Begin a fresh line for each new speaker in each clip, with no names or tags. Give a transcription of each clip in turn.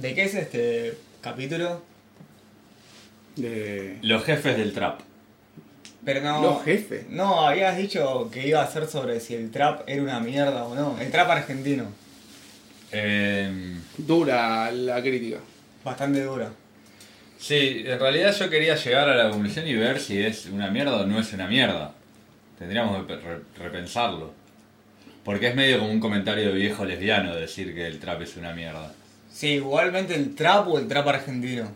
¿De qué es este capítulo?
De...
Los jefes del trap.
Pero no.
Los jefes.
No, habías dicho que iba a ser sobre si el trap era una mierda o no. El trap argentino.
Eh,
Dura la crítica.
Bastante dura.
sí, en realidad yo quería llegar a la conclusión y ver si es una mierda o no es una mierda. Tendríamos que re- repensarlo. Porque es medio como un comentario de viejo lesbiano decir que el trap es una mierda.
Sí, igualmente el trap o el trap argentino.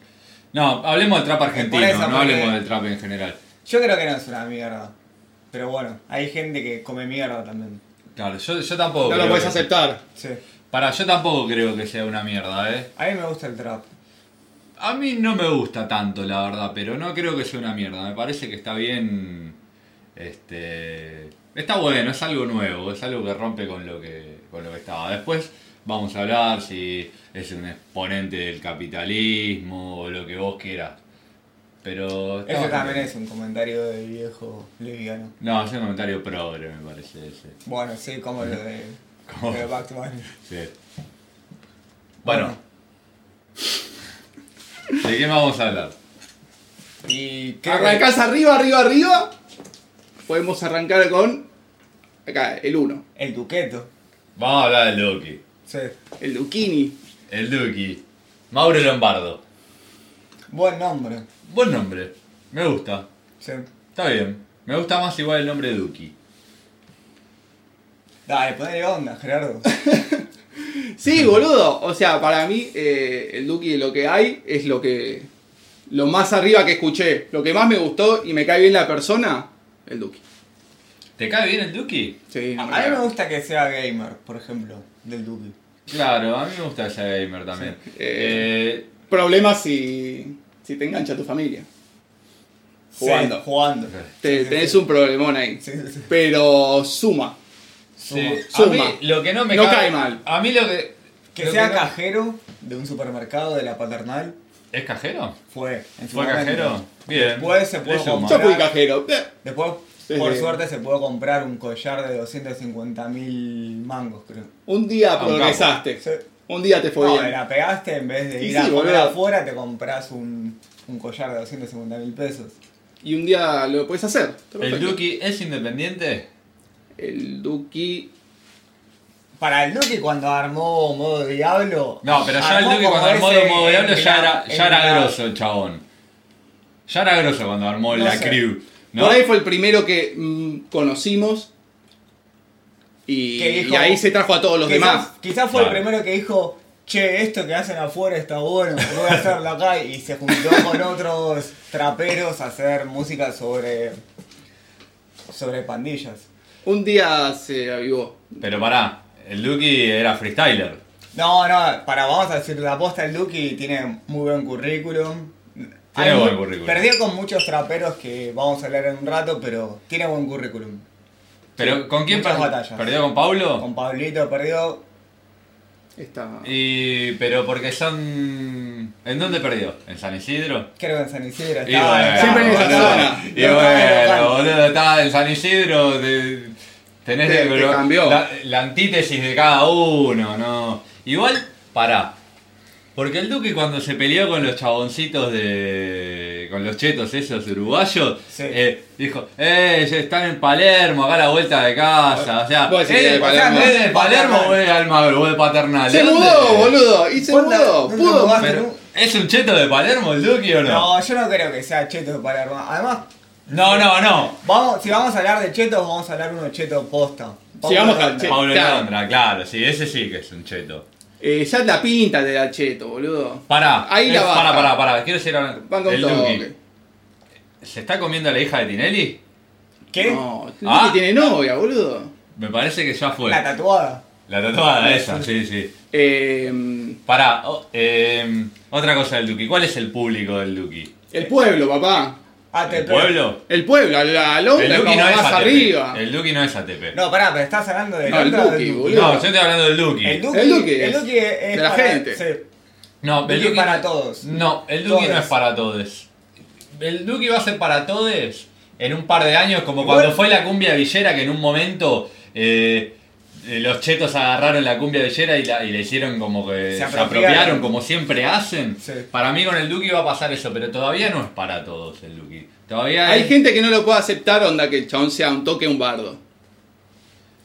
No, hablemos del trap
Por
argentino,
eso,
no
porque-
hablemos del trap en general.
Yo creo que no es una mierda. Pero bueno, hay gente que come mierda también.
Claro, yo, yo tampoco.
No
creo
lo puedes
que-
aceptar.
Sí.
Para, yo tampoco creo que sea una mierda, ¿eh?
A mí me gusta el trap.
A mí no me gusta tanto, la verdad, pero no creo que sea una mierda. Me parece que está bien. Mm, Este. Está bueno, es algo nuevo, es algo que rompe con lo que, con lo que estaba. Después vamos a hablar si es un exponente del capitalismo o lo que vos quieras. Pero. está
Eso
bastante
también
bien.
es un comentario de viejo lesbiano.
No, es un comentario progre, me parece ese.
Bueno, sí, como lo de,
Como-
lo de Batman.
Sí. Bueno. ¿De qué vamos a hablar?
Y creo que-
Arrancás arriba, arriba, arriba. Podemos arrancar con. Acá, el 1.
el duqueto.
Vamos a hablar del Loki.
Sí.
El Duquini.
El Duki. Mauro Lombardo.
Buen nombre.
Buen nombre. Me gusta.
Sí.
Está bien. Me gusta más igual el nombre Duki.
Dale, ponele onda, Gerardo.
Sí, boludo. O sea, para mí, eh, el Duki lo que hay es lo que. Lo más arriba que escuché. Lo que más me gustó y me cae bien la persona, el Eh, Duki.
¿Te cae bien el Duki?
Sí, no me
A mí me
cae.
gusta que sea gamer, por ejemplo, del Duque.
Claro, a mí me gusta ese gamer también.
Sí.
Eh,
Problemas si. si te engancha tu familia. Jugando.
Sí, jugando.
Te,
Sí,
tenés
sí,
un problemón ahí.
sí. Sí, sí, sí.
Pero suma.
sí.
Suma.
A mí lo que no me
No cae mal.
A mí lo que.
Que
lo
sea
no-
cajero de un supermercado de la paternal
¿Es cajero?
fue. En su
¿Fue
momento.
cajero? Bien.
Después se puede
Le suma.
Yo
comprar-
fui cajero. Eh,
Después,
Sí,
por
sí.
suerte, se pudo comprar un collar de 250 mil mangos, creo.
Un día
Ah, un
progresaste.
Sí.
Un día te fue
No,
bien.
la pegaste en vez de ir
Y sí,
a comer
boludo.
afuera, te compras un, un collar de 250 mil pesos.
Y un día lo puedes hacer. Está
¿El
perfecto.
Duki es independiente?
El Duki.
Para el Duque cuando armó modo Diablo.
No, pero ya el Duki cuando
como
armó
ese
el modo diablo ya era,
engra-
ya era
engra-
grosso el chabón. Ya era grosso cuando armó
No
la
sé.
crew. ¿no?
Por ahí fue el primero que mm, conocimos. Y,
Que dijo-
y ahí se trajo a todos los
Quizás-
demás.
Quizás fue
Claro.
el primero que dijo, che, esto que hacen afuera está bueno, voy a hacerlo acá. Y se juntó con otros traperos a hacer música sobre. sobre pandillas.
Un día se avivó.
Pero pará, el Duki era freestyler.
No, no, para, vamos a decir, la posta del Duki tiene muy buen currículum.
Tiene
Hay
buen
mu-
currículum.
Perdió con muchos traperos que vamos a hablar en un rato, pero tiene buen currículum.
Pero ¿con quién
Muchas
per-
batallas.
perdió? ¿Con Paulo?
Con Pablito perdió
Esta.
Eh, Y pero porque son ¿En dónde perdió? ¿En San Isidro?
Creo que en San Isidro
Y
estaba.
bueno,
Siempre en esa
boludo. Y
zona.
No estaba en
bueno,
local.
boludo, estaba en San Isidro. te- tenés
Te-
el-
te cambió.
La, la antítesis de cada uno, ¿no? Igual, pará. Porque el Duque cuando se peleó con los chaboncitos de. con los chetos esos uruguayos,
Sí.
eh, dijo, eh, están en Palermo, acá a la vuelta de casa. O sea,
Vos decís que
eh,
de
o sea,
Palermo.
¿es de Palermo o es de Almagro o de Paternal?
Se
¿De dónde
mudó,
es?
boludo. Y se
¿Dónde-
mudó.
dónde
Pudo.
mudaste?
Pero, ¿Es un cheto de Palermo el Duque o no?
No, yo no creo que sea cheto para Palermo. Además,
No, no, no.
vamos, si vamos a hablar de chetos, vamos a hablar uno de cheto posta.
Si vamos
a
al cheto.
Pablo
claro.
Londra, claro, sí, ese sí que es un cheto.
Eh, ya la pinta de da cheto, boludo.
Pará,
Ahí la
es-
baja.
pará, pará, pará, quiero decir ahora.
Van con
El
todo.
Duki. ¿Se está comiendo a la hija de Tinelli?
¿Qué?
No, el Duki
Ah.
tiene novia, boludo.
Me parece que ya fue.
La tatuada.
La tatuada esa, sí, sí.
Eh,
Pará, o- eh, otra cosa del Duki. ¿Cuál es el público del Duki?
el pueblo, papá.
ATP.
¿El pueblo?
El pueblo, a la
El
Londra
Duki
como
no es
más
ATP.
arriba.
El Duki no es ATP.
No, pará, pero estás hablando de
No, el
Londra o del
Duki,
Duki?
boludo.
No, yo estoy hablando del Duki.
El Duki,
El Duki
el
es
Duki es
de la
para-
gente.
sí.
No,
Duki para todos.
No, el Duki no
Todes.
es para todos. El Duki va a ser para todos en un par de años, como
Igual-
cuando fue la cumbia villera que en un momento eh, eh, los chetos agarraron la cumbia villera y la, y la hicieron como que
Se
se apropiaron.
apropiaron.
como siempre hacen.
Sí.
Para mí con el Duki va a pasar eso, pero todavía no es para todos el Duki. Todavía
Hay
es-
gente que no lo puede aceptar, onda que el chabón sea un toque un bardo.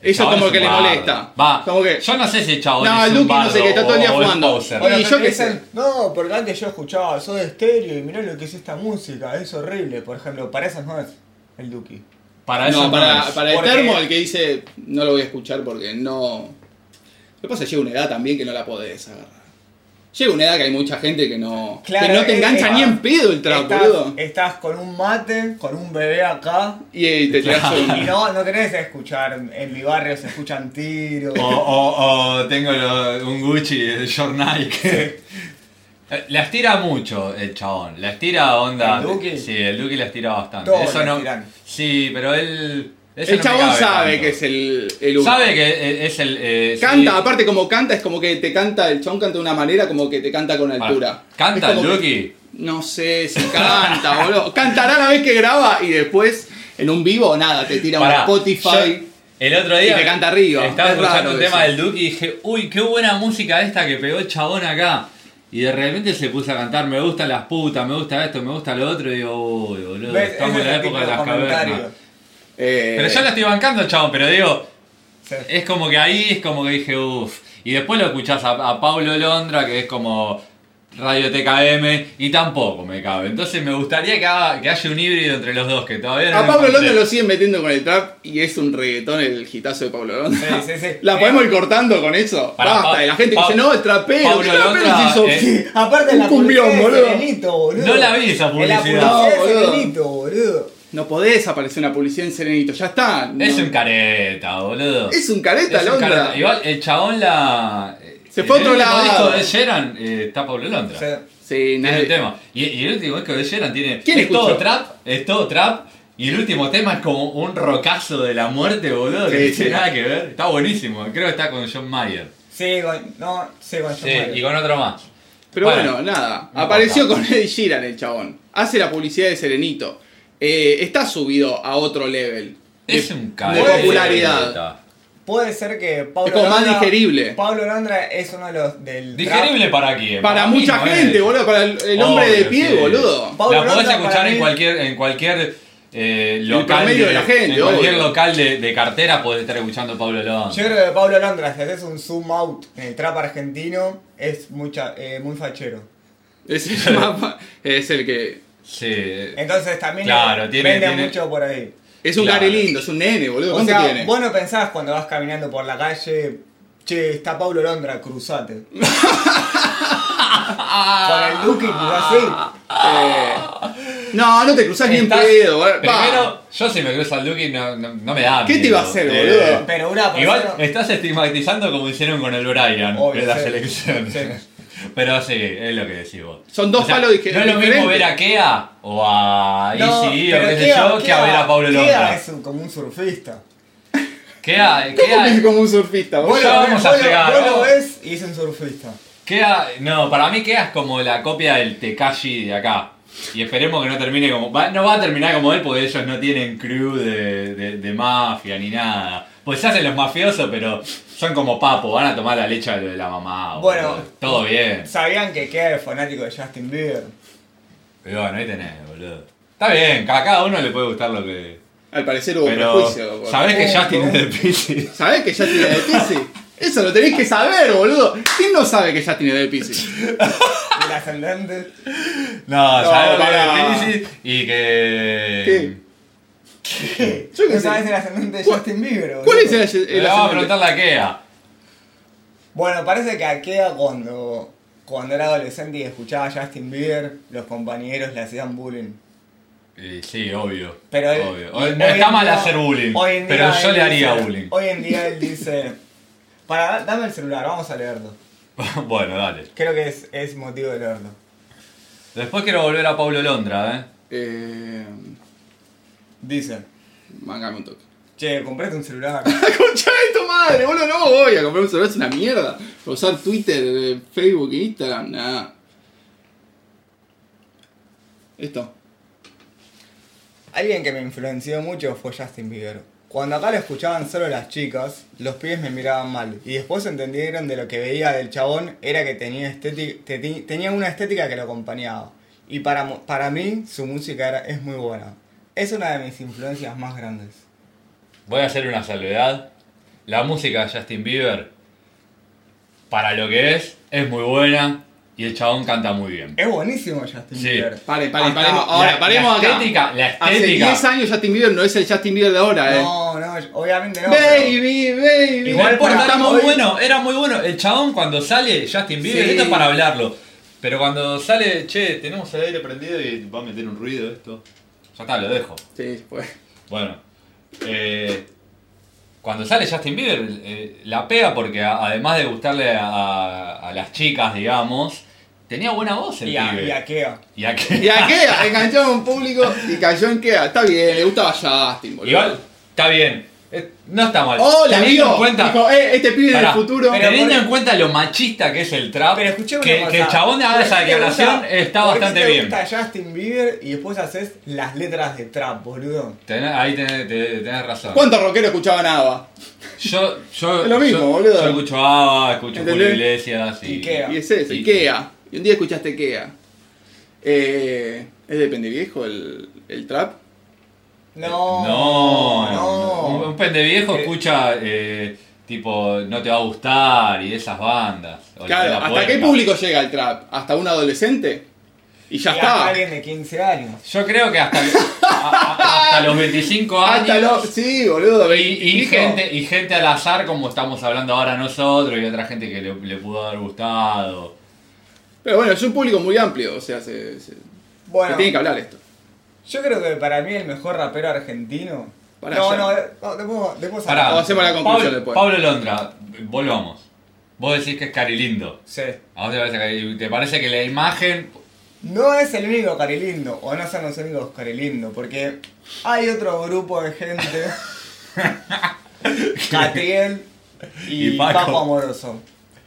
el
Eso
chabón
como
es
que
un
le
bardo.
molesta.
Va,
Como que-
yo no sé si el chabón
No,
es
el
un
Duki no sé,
bardo
que está todo el día
o es
jugando.
poser.
Bueno,
Bueno,
Y yo
yo
qué
dicen,
sé.
no, porque antes yo escuchaba, soy estéreo y mirá lo que es esta música, es horrible. Por ejemplo, para esas no es el Duki.
Para eso
no, para,
es.
para el
Porque-
termo, el que dice no lo voy a escuchar porque no. Lo que pasa es que llega una edad también que no la podés agarrar. Llega una edad que hay mucha gente que no. que
Claro,
no te
eh,
engancha
eh,
ni en pedo el trap,
Estás,
boludo.
estás con un mate, con un bebé acá.
Y, eh, te tirás un-
Y no, no querés escuchar, en mi barrio se escuchan tiros.
O, o- o tengo lo- un Gucci de short Nike. La estira mucho el chabón, la estira onda.
¿El Duki?
Sí, el Duki la estira bastante.
Todos
Eso
la
no.
estiran.
Sí, pero él. eso
El
no me
chabón
cabe
sabe
tanto.
que es el, el uno.
Sabe que e- es el. eh,
Canta,
sí.
aparte como canta, es como que te canta, el chabón canta de una manera como que te canta con
Para-
altura.
¿Canta el
Es como que-
Duki?
No sé si canta, boludo. Cantará la vez que graba y después en un vivo nada, te tira un
Pará,
Spotify.
yo- el otro día.
y te canta arriba.
Estaba
Es
escuchando
raro
un tema
eso.
del Duki y dije, uy, qué buena música esta que pegó el chabón acá. Y de repente se puso a cantar, me gustan las putas, me gusta esto, me gusta lo otro. Y digo, uy, boludo,
¿Ves?
estamos
Ese
en la
es el
época de
tipo
las
comentario.
cavernas.
Eh,
Pero yo la estoy bancando, chabón, pero digo,
Sí.
es como que ahí es como que dije, uff. Y después lo escuchás a, a Pablo Londra, que es como Radio TKM, y tampoco me cabe. Entonces me gustaría que, haga- que haya un híbrido entre los dos, que todavía no
A
lo
Pablo
encontré.
Londra lo siguen metiendo con el trap y es un reggaetón el hitazo de Pablo Londra.
Sí, sí, sí.
La podemos ir cortando con eso.
Pará,
Basta,
Pa-
y la gente
Pa-
dice, no, el trapero,
Pablo
el trapero
Londra,
se hizo-
eh,
Aparte
Un
la
cumbión,
publicidad
boludo.
de Serenito, boludo.
No la vi esa publicidad.
La
No,
publicidad de
boludo.
Serenito, boludo.
No podés aparecer una publicidad en Serenito, ya está.
Es
No.
un careta, boludo.
Es un careta,
Es un
Londra.
careta. Igual el chabón la.
Se fue a
el
otro
último
lado.
disco de Sheeran eh, está Pablo Londra.
O sea,
Sí,
Tiene
nadie-
el tema. Y, y el último disco de Sheeran tiene.
Eh, ¿Quién
es
escuchó?
todo trap, es todo trap. Y el último tema es como un rocazo de la muerte, boludo, que
Sí,
no tiene
sí.
nada que ver. Está buenísimo, creo que está con John Mayer.
sí, con- no, sí, con
Sí,
John Mayer.
y con otro más.
Pero bueno, nada.
no
Apareció
importa.
con Eddie Sheeran el chabón. Hace la publicidad de Serenito. Eh, está subido a otro level.
es
de,
un
de
careta.
popularidad.
Puede ser que Pablo
como más digerible.
Pablo Londra es uno de los del
Digerible para quién.
Para
mí
mucha
no es.
gente, boludo. Para el, el hombre
Obvio,
de pie,
sí.
boludo.
Pablo
la podés
Londra,
escuchar
para
en
mí-
cualquier, en cualquier eh, local.
promedio de la gente,
en cualquier
obvio.
local de, de cartera podés estar escuchando Pablo Londra.
trap. Yo creo que Pablo Londra, si haces un zoom out en el trap argentino, es mucha, eh, muy fachero.
Es el, mapa- es el que.
Sí.
Entonces también
Claro, tiene-
vende
tiene-
mucho por ahí.
Es un
Claro.
gare lindo, es un nene, boludo.
O
¿Cuánto
sea,
tiene?
vos no pensás cuando vas caminando por la calle, che, está Pablo Londra, cruzate. Con el Duque cruzás así.
Eh, no, no te cruzás ni en
Estás-
pedo, boludo. Pa.
Primero, yo si me cruzo al Duki no, no, no me da
¿Qué te
miedo.
iba a hacer,
Eh,
boludo?
Pero una persona...
Igual eh, estás estigmatizando como hicieron con el Brian
Obvio,
en la
sí.
selección.
Sí.
Pero sí, es lo que decís vos.
Son dos palos dije-
No es lo mismo
diferentes.
ver a Kea o a Easy
No,
o
pero
qué sé
Kea-
yo que a
Kea-
ver a Pablo
Kea
Londra.
es un- como un surfista.
Kea,
¿Cómo que
Kea,
es como un surfista, boludo?
Vos lo,
vamos a
vos lo-
llegar,
vos lo
vamos.
ves y es un surfista.
Queda, no, para mí queda es como la copia del Tekashi de acá. Y esperemos que no termine como. va- no va a terminar como él porque ellos no tienen crew de, de- de mafia ni nada. Pues se hacen los mafiosos, pero son como papo, van a tomar la leche de la mamá. boludo.
Bueno.
todo bien.
¿Sabían que Kea es fanático de Justin Bieber?
Pero bueno, ahí tenés, boludo. Está bien, a cada uno le puede gustar lo que.
Al parecer hubo
Pero.
prejuicio. Uh, boludo. Uh,
¿Sabés que
Punto.
Justin es de Pisces?
¿Sabés que ya tiene de Pisi? Eso lo tenés que saber, boludo. ¿Quién no sabe que ya tiene de Pisi?
El ascendente.
No,
No,
¿sabés
pará.
que es de Pisces? Y que.
¿Qué? Yo qué
¿No
sé.
sabes el ascendente de
¿Cuál-
Justin Bieber? boludo?
¿Cuál es el,
Le
el
vamos a
ascendente?
preguntar la Kea.
Bueno, parece que a Kea cuando, cuando era adolescente y escuchaba a Justin Bieber, los compañeros le hacían bullying.
Eh, Sí, obvio.
Pero él-
obvio.
hoy-
no
hoy
está
en
mal
día-
hacer bullying.
hoy en día
Pero yo
él
le haría
dice-
bullying.
Hoy en día él dice, para, dame el celular, vamos a leerlo.
bueno, dale.
Creo que es, es motivo de leerlo.
Después quiero volver a Pablo Londra, ¿eh?
Eh.
Dice,
Mangame un toque.
che, comprate un celular.
La concha de tu madre, boludo, no voy a comprar un celular, es una mierda. Para usar Twitter, eh, Facebook, Instagram, nada. Esto.
Alguien que me influenció mucho fue Justin Bieber. Cuando acá lo escuchaban solo las chicas, los pibes me miraban mal. Y después entendieron de lo que veía del chabón era que tenía, estética, tenía una estética que lo acompañaba. Y para, mo- para mí su música era, es muy buena. Es una de mis influencias más grandes.
Voy a hacer una salvedad. La música de Justin Bieber, para lo que es, es muy buena y el chabón canta muy bien.
Es buenísimo Justin
Sí.
Bieler.
Pare, pare,
Acá.
paremos. Ahora,
la-
paremos
la
acá.
estética, la
Hace
estética.
10 años Justin Bieber no es el Justin Bieber de ahora, eh.
Ah, No, no, obviamente no. pero-
Baby, baby.
Igual
Eh, Igual
porque
para
era muy
hoy-
bueno, era muy bueno. El chabón cuando sale, Justin Bieber,
Sí.
esto es para hablarlo. Pero cuando sale, che, tenemos el aire prendido y va a meter un ruido esto. Ya está, lo dejo.
Sí, pues.
Bueno. eh, cuando sale Justin Bieber, eh, la pega porque a- además de gustarle a, a- a las chicas, digamos, tenía buena voz el
Y a,
pibe.
y a Kea.
Y a que-
Y a Kea, enganchó a un público y cayó en Kea. Está bien, le gustaba Justin, boludo.
Igual, está bien. Eh, No está mal.
Oh, la
Teniendo en
vio.
cuenta-
Dijo, eh, este pibe
Pará,
del futuro.
pero-
teniendo
por-
en cuenta lo machista que es el trap,
Ah, Pero escuché una
que,
cosa.
que el chabón haga
¿Por
esa
qué te
declaración
gusta-
está
por qué
bastante
te
bien.
gusta Justin Bieber y después haces las letras de trap, boludo.
Tenés- ahí tenés, te- tenés razón.
¿Cuántos rockeros escuchaban ABBA?
Yo, yo,
Es lo mismo,
yo,
boludo.
yo escucho ABBA, escucho Julio
¿Entendés?
Iglesias y.
Y Kea.
Y es ese,
Sí.
Kea. Y un día escuchaste Kea. Eh, ¿Es de Pendeviejo el, el trap?
No.
No, Un,
No.
un pendeviejo
Eh.
escucha eh, tipo No te va a gustar y esas bandas. o
Claro,
La
¿hasta
Puerta.
qué público llega el trap? ¿Hasta un adolescente? Y ya
Y
está.
a alguien de 15 años.
Yo creo que hasta, a- a- hasta los 25 años.
Hasta lo, sí, boludo.
Y, y
hijo.
gente, y gente al azar, como estamos hablando ahora nosotros, y otra gente que le, le pudo haber gustado.
Pero bueno, es un público muy amplio, o sea, se, se- se
Bueno,
tiene que hablar esto.
yo creo que para mí el mejor rapero argentino.
Pará,
no,
ya.
no, de- no, después, después
Pará,
O hacemos la conclusión
Pablo,
después.
Pablo Londra, volvamos. Vos decís que es carilindo.
Sí.
¿A vos te parece, que- te parece que la imagen.
No es el único Carilindo, o no son los únicos Carilindo, porque hay otro grupo de gente. Catriel y,
Y Paco.
Paco. Amoroso.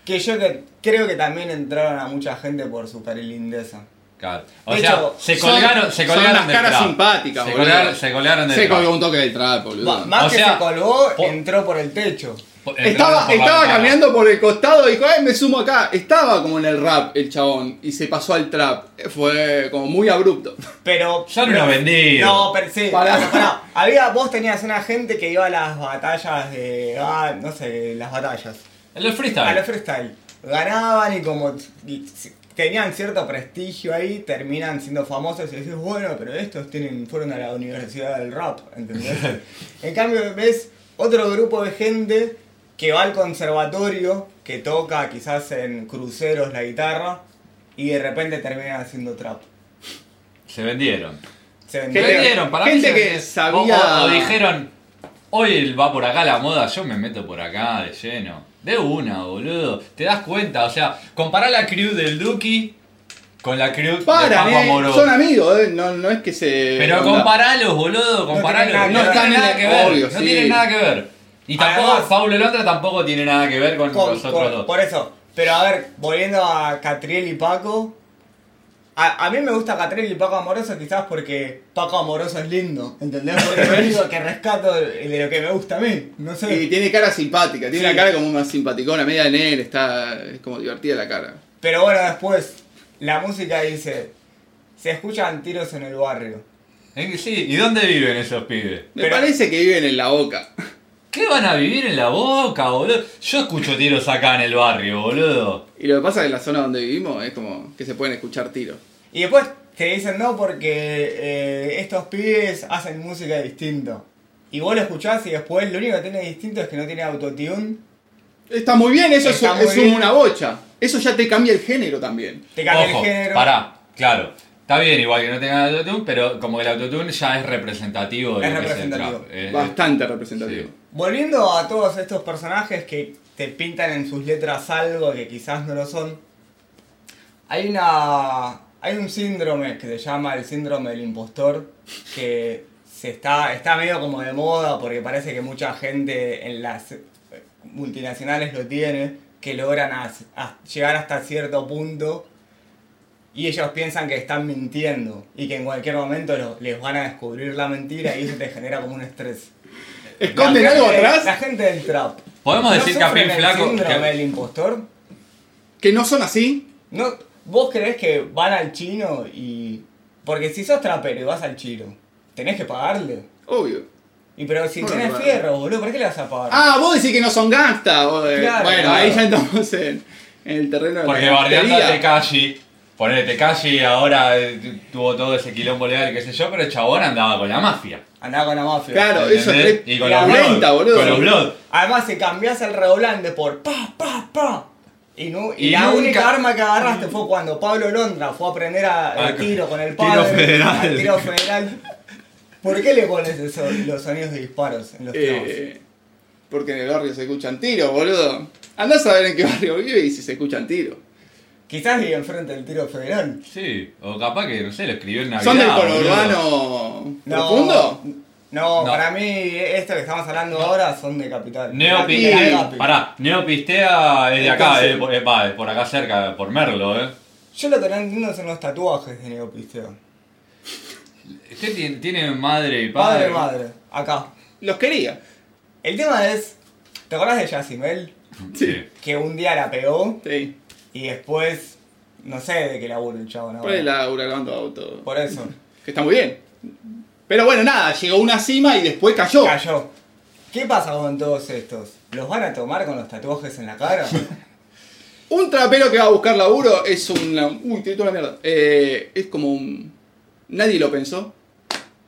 Que yo que- creo que también entraron a mucha gente por su carilindesa.
Claro. O
De
sea,
hecho,
se
son-
colgaron, se
son
colgaron
las
del
caras
trap.
simpáticas,
se
boludo.
colgaron, se colgaron del
Se
trap.
colgó un toque del trap, boludo.
Va- más
O
que
sea,
se colgó,
po-
entró por el techo.
Po- entraron
Estaba,
por la
estaba
ventana.
caminando por el costado y dijo, ay, me sumo acá. Estaba como en el rap el chabón y se pasó al trap. Fue como muy abrupto.
Pero.
Son
pero-
unos vendidos.
No, pero sí.
Pará.
pero pará. Había, vos tenías una gente que iba a las batallas de. ah, no sé, las batallas.
El del freestyle.
A los freestyle. Ganaban y como t- tenían cierto prestigio ahí, terminan siendo famosos y decís, bueno, pero estos tienen, fueron a la universidad del rap, ¿entendés? en cambio, ves otro grupo de gente que va al conservatorio, que toca quizás en cruceros la guitarra y de repente terminan haciendo trap.
Se vendieron.
Se
Se
vendió.
Gente-
vendieron. Para
gente
mí se
que
vendieron.
sabía-
O, o- o dijeron, hoy va por acá la moda, yo me meto por acá de lleno. De una, boludo. Te das cuenta, o sea, comparar la crew del Duki con la crew de
Paran,
Paco
eh.
Amoroso.
Son amigos, eh. no, no es que se...
Pero
onda.
comparalos, boludo, comparalos.
nada que
No,
ver.
tiene nada que ver.
Obvio,
no
sí.
tiene nada que ver. Y tampoco,
Además-
Pablo Londra tampoco tiene nada que ver con,
Con-
los
con-
otros dos.
Por eso. Pero a ver, volviendo a Catriel y Paco. A, a mí me gusta Catriel y Paco Amoroso quizás porque Paco Amoroso es lindo, ¿entendés? Porque es lo único que rescato de de lo que me gusta a mí, no
Y
sé.
tiene cara simpática, tiene
Sí.
una cara como más simpaticona, media negra, está es como divertida la cara.
Pero bueno, después, la música dice, se escuchan tiros en el barrio.
Eh, Sí, ¿y dónde viven esos pibes?
Me
Pero-
parece que viven en la boca.
¿Qué van a vivir en la boca, boludo? Yo escucho tiros acá en el barrio, boludo.
Y lo que pasa es que en la zona donde vivimos es como que se pueden escuchar tiros.
Y después te dicen no porque eh, estos pibes hacen música distinto. Y vos lo escuchás y después lo único que tiene distinto es que no tiene autotune.
Está muy bien, eso es,
Está muy
es un-
bien.
una bocha. Eso ya te cambia el género también.
Te cambia el
Ojo,
género.
Pará, claro. Está bien, igual que no tengan autotune, pero como que el autotune ya es representativo de
Es
lo que es el
representativo.
trap. Eh,
Bastante representativo.
sí.
Volviendo a todos estos personajes que te pintan en sus letras algo que quizás no lo son, hay una. hay un síndrome que se llama el síndrome del impostor, que se está. está medio como de moda porque parece que mucha gente en las multinacionales lo tiene, que logran as- as- llegar hasta cierto punto. Y ellos piensan que están mintiendo y que en cualquier momento lo- les van a descubrir la mentira y eso te genera como un estrés.
¿Esconden
La
algo
gente- La
atrás?
gente del trap.
Podemos decir que a
sufren
Pin
el
Flaco-
síndrome
que-
del impostor?
¿Que no son así?
No, ¿Vos creés que van al chino y.? Porque si sos trapero y vas al chino, tenés que pagarle.
Obvio.
Y pero si
Bueno,
tenés
bueno.
fierro, boludo, ¿por qué le vas a pagar?
Ah, vos decís que no son gangsta. o de-
Claro,
bueno,
claro.
ahí ya entramos en, en el terreno de
Porque
la
bardeando a
gangstería.
Tekashi, ponele Tekashi ahora eh, tuvo todo ese quilombo legal, qué sé yo, pero el chabón andaba con la mafia.
Andá con la mafia.
Claro, eso
¿entendés?
es
Y con
la
los
venta,
blood,
boludo.
con los blood.
Además, si cambiás el redoblante por pa, pa, pa. Y, nu- y
Y
la
nunca-
única arma que agarraste fue cuando Pablo Londra fue a aprender a, a
Ah,
tiro con el
tiro
padre.
federal.
al tiro federal. ¿Por qué le pones eso- los sonidos de disparos en los temas?
Eh, porque en el barrio se escuchan tiros, boludo. Andás a ver en qué barrio vive y si se escuchan tiros.
Quizás vive enfrente del tiro federal.
Sí, o capaz que, no sé, lo escribió en Navidad.
¿Son del
boludo.
conurbano
No,
profundo?
No,
No.
para mí, esto que estamos hablando ahora son de Capital.
Capi,
Neopistea,
Capi.
eh, pará, Neopistea es de acá,
Entonces-
eh, por, eh, va, es por acá cerca, por Merlo, eh.
Yo lo que no entiendo son los tatuajes de Neopisteo.
Usted tiene, tiene madre y
Padre,
padre.
madre, acá.
Los quería.
El tema es, ¿te acordás de Yacimel?
Sí.
Que un día la pegó
Sí.
y después, no sé de qué laburo el chabón
Por el
ahora.
laburo lavando auto.
Por eso,
Que está muy bien. Pero bueno, nada, llegó una cima y después cayó.
cayó. ¿Qué pasa con todos estos? ¿Los van a tomar con los tatuajes en la cara?
Un trapero que va a buscar laburo es un. Uy, te toda la mierda. Eh, es como un. Nadie lo pensó.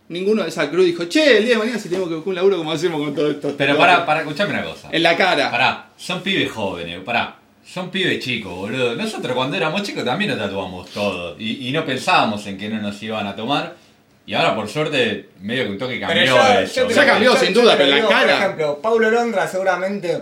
Ninguno de esa crew dijo, che, el día de mañana si tenemos que buscar un laburo, ¿cómo hacemos con todo esto?
Pero pará, pará, escuchame una cosa.
En la cara.
Pará, son pibes jóvenes, pará. Son pibes chicos, boludo. Nosotros cuando éramos chicos también nos tatuamos todo. Y, y no pensábamos en que no nos iban a tomar. Y ahora por suerte medio que un toque cambió eso.
te
Ya
lo-
¿viste?
cambió, sin duda,
te lo
pero la
digo,
cara.
Por ejemplo, Paulo Londra seguramente